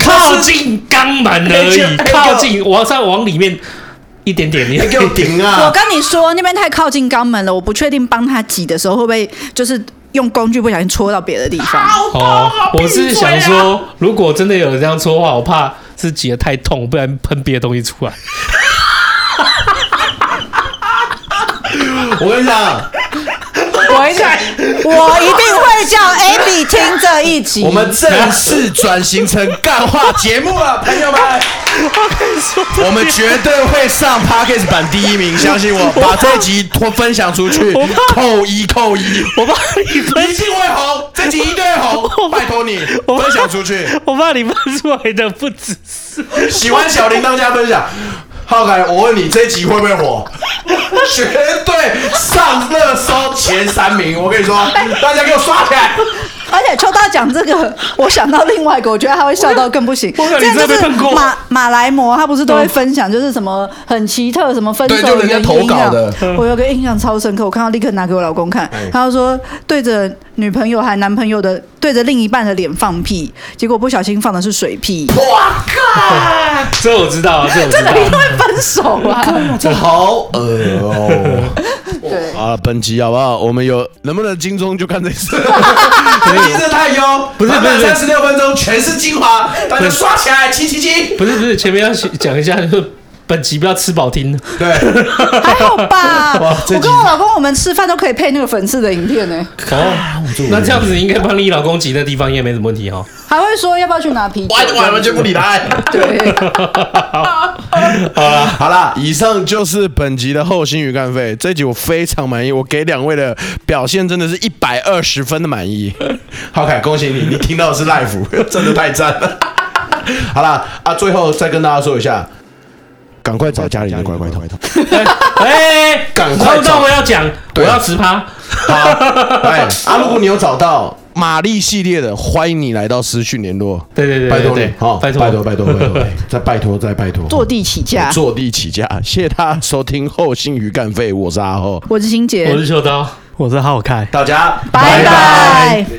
[SPEAKER 3] 靠近肛门而已，
[SPEAKER 2] 哎
[SPEAKER 3] 靠近，我要再往里面一点点，你
[SPEAKER 2] 你给我顶
[SPEAKER 4] 我
[SPEAKER 2] 啊！
[SPEAKER 4] 跟你说，那边太靠近肛门了，我不确定帮他挤的时候会不会就是用工具不小心戳到别的地方。
[SPEAKER 3] 哦，我是
[SPEAKER 2] 啊
[SPEAKER 3] 想说，如果真的有人这样说话，我怕是挤得太痛，不然喷别的东西出来。
[SPEAKER 2] 我 跟你讲，
[SPEAKER 4] 我一定，我一定会叫 Amy 听这一集
[SPEAKER 2] 我们正式转型成干话节目 了，朋友们。我们绝对会 上 Parkes 版第一名，相信我，把这集托分享出去，扣一扣一，
[SPEAKER 3] 我怕你分
[SPEAKER 2] 一定会红，这集一定会 红，拜托你分享出 去。
[SPEAKER 3] 我怕你放出来的不只是，
[SPEAKER 2] 喜欢小铃铛加分享。浩凯，我问你，这一集会不会 火？绝对上热搜前三名！我跟你说， 大家给我刷起来！
[SPEAKER 4] 而且秋大讲这 个，我想到另外一个，我觉得他会笑到更不行。
[SPEAKER 3] 我感觉
[SPEAKER 4] 这
[SPEAKER 3] 你
[SPEAKER 4] 就
[SPEAKER 3] 真的被
[SPEAKER 4] 是
[SPEAKER 3] 碰过
[SPEAKER 4] 马马来模，他不是都会分享，就是什么很奇特，什么分
[SPEAKER 2] 嗯
[SPEAKER 4] 手
[SPEAKER 2] 对就人家
[SPEAKER 4] 原因
[SPEAKER 2] 投稿的
[SPEAKER 4] 这啊样我有个印象超深刻，我看到立刻拿给我老公看
[SPEAKER 2] 哎，
[SPEAKER 4] 他就说对着女朋友还男朋友的， 对着另一半的脸放屁，结果不小心放的是水屁。
[SPEAKER 2] 哇靠！
[SPEAKER 3] 这我知道啊，这我知
[SPEAKER 4] 真的
[SPEAKER 3] 道。
[SPEAKER 4] 一定会分手啊！
[SPEAKER 2] 这好哎恶哦。
[SPEAKER 4] 对，
[SPEAKER 2] 啊，本集好不好？我们有能不能金钟就看这一次，本集这太优，不
[SPEAKER 3] 是不是
[SPEAKER 2] 三十六分钟全是精华，大家刷起来，七七七。
[SPEAKER 3] 不是不是，前面要讲一下，就是本集不要吃饱听。
[SPEAKER 2] 对，
[SPEAKER 4] 还好吧。
[SPEAKER 2] 哇这
[SPEAKER 4] 我
[SPEAKER 2] 集
[SPEAKER 4] 跟我老公我们吃饭都可以配那个粉刺的影片呢、
[SPEAKER 3] 哦，那这样子你应该帮你老公挤那地方应该没什么问 题哦。
[SPEAKER 4] 还会说要不要去拿啤酒？
[SPEAKER 2] 完完完全不理他。
[SPEAKER 4] 对，
[SPEAKER 2] 好啦，以上就是本集的后心鱼干费。这集我非常满意，我给两位的表现真的是一百二十分的满意。浩凯，恭喜你，你听到的 是 live，真的太赞了。好啦，啊，最后再跟大家说一下，赶快找家里的乖乖桶。
[SPEAKER 3] 哎，
[SPEAKER 2] 赶快
[SPEAKER 3] 那
[SPEAKER 2] 找
[SPEAKER 3] 我要讲，我
[SPEAKER 2] 对
[SPEAKER 3] 要十趴。
[SPEAKER 2] 好，哎，啊，如果你有找到玛丽系列的，欢迎你来到私讯联络。
[SPEAKER 3] 对对对
[SPEAKER 2] 拜
[SPEAKER 3] 对
[SPEAKER 2] 托
[SPEAKER 3] 对
[SPEAKER 2] 你，好，
[SPEAKER 3] 拜托
[SPEAKER 2] 拜托，拜托，拜托，哎再拜托，再拜托，
[SPEAKER 4] 坐地起价。
[SPEAKER 2] 坐地起价，谢谢大家收听后心鱼干费，我是阿后，
[SPEAKER 4] 我是欣杰，
[SPEAKER 3] 我是秋刀。
[SPEAKER 5] 我是浩凯。
[SPEAKER 2] 大家
[SPEAKER 4] 拜拜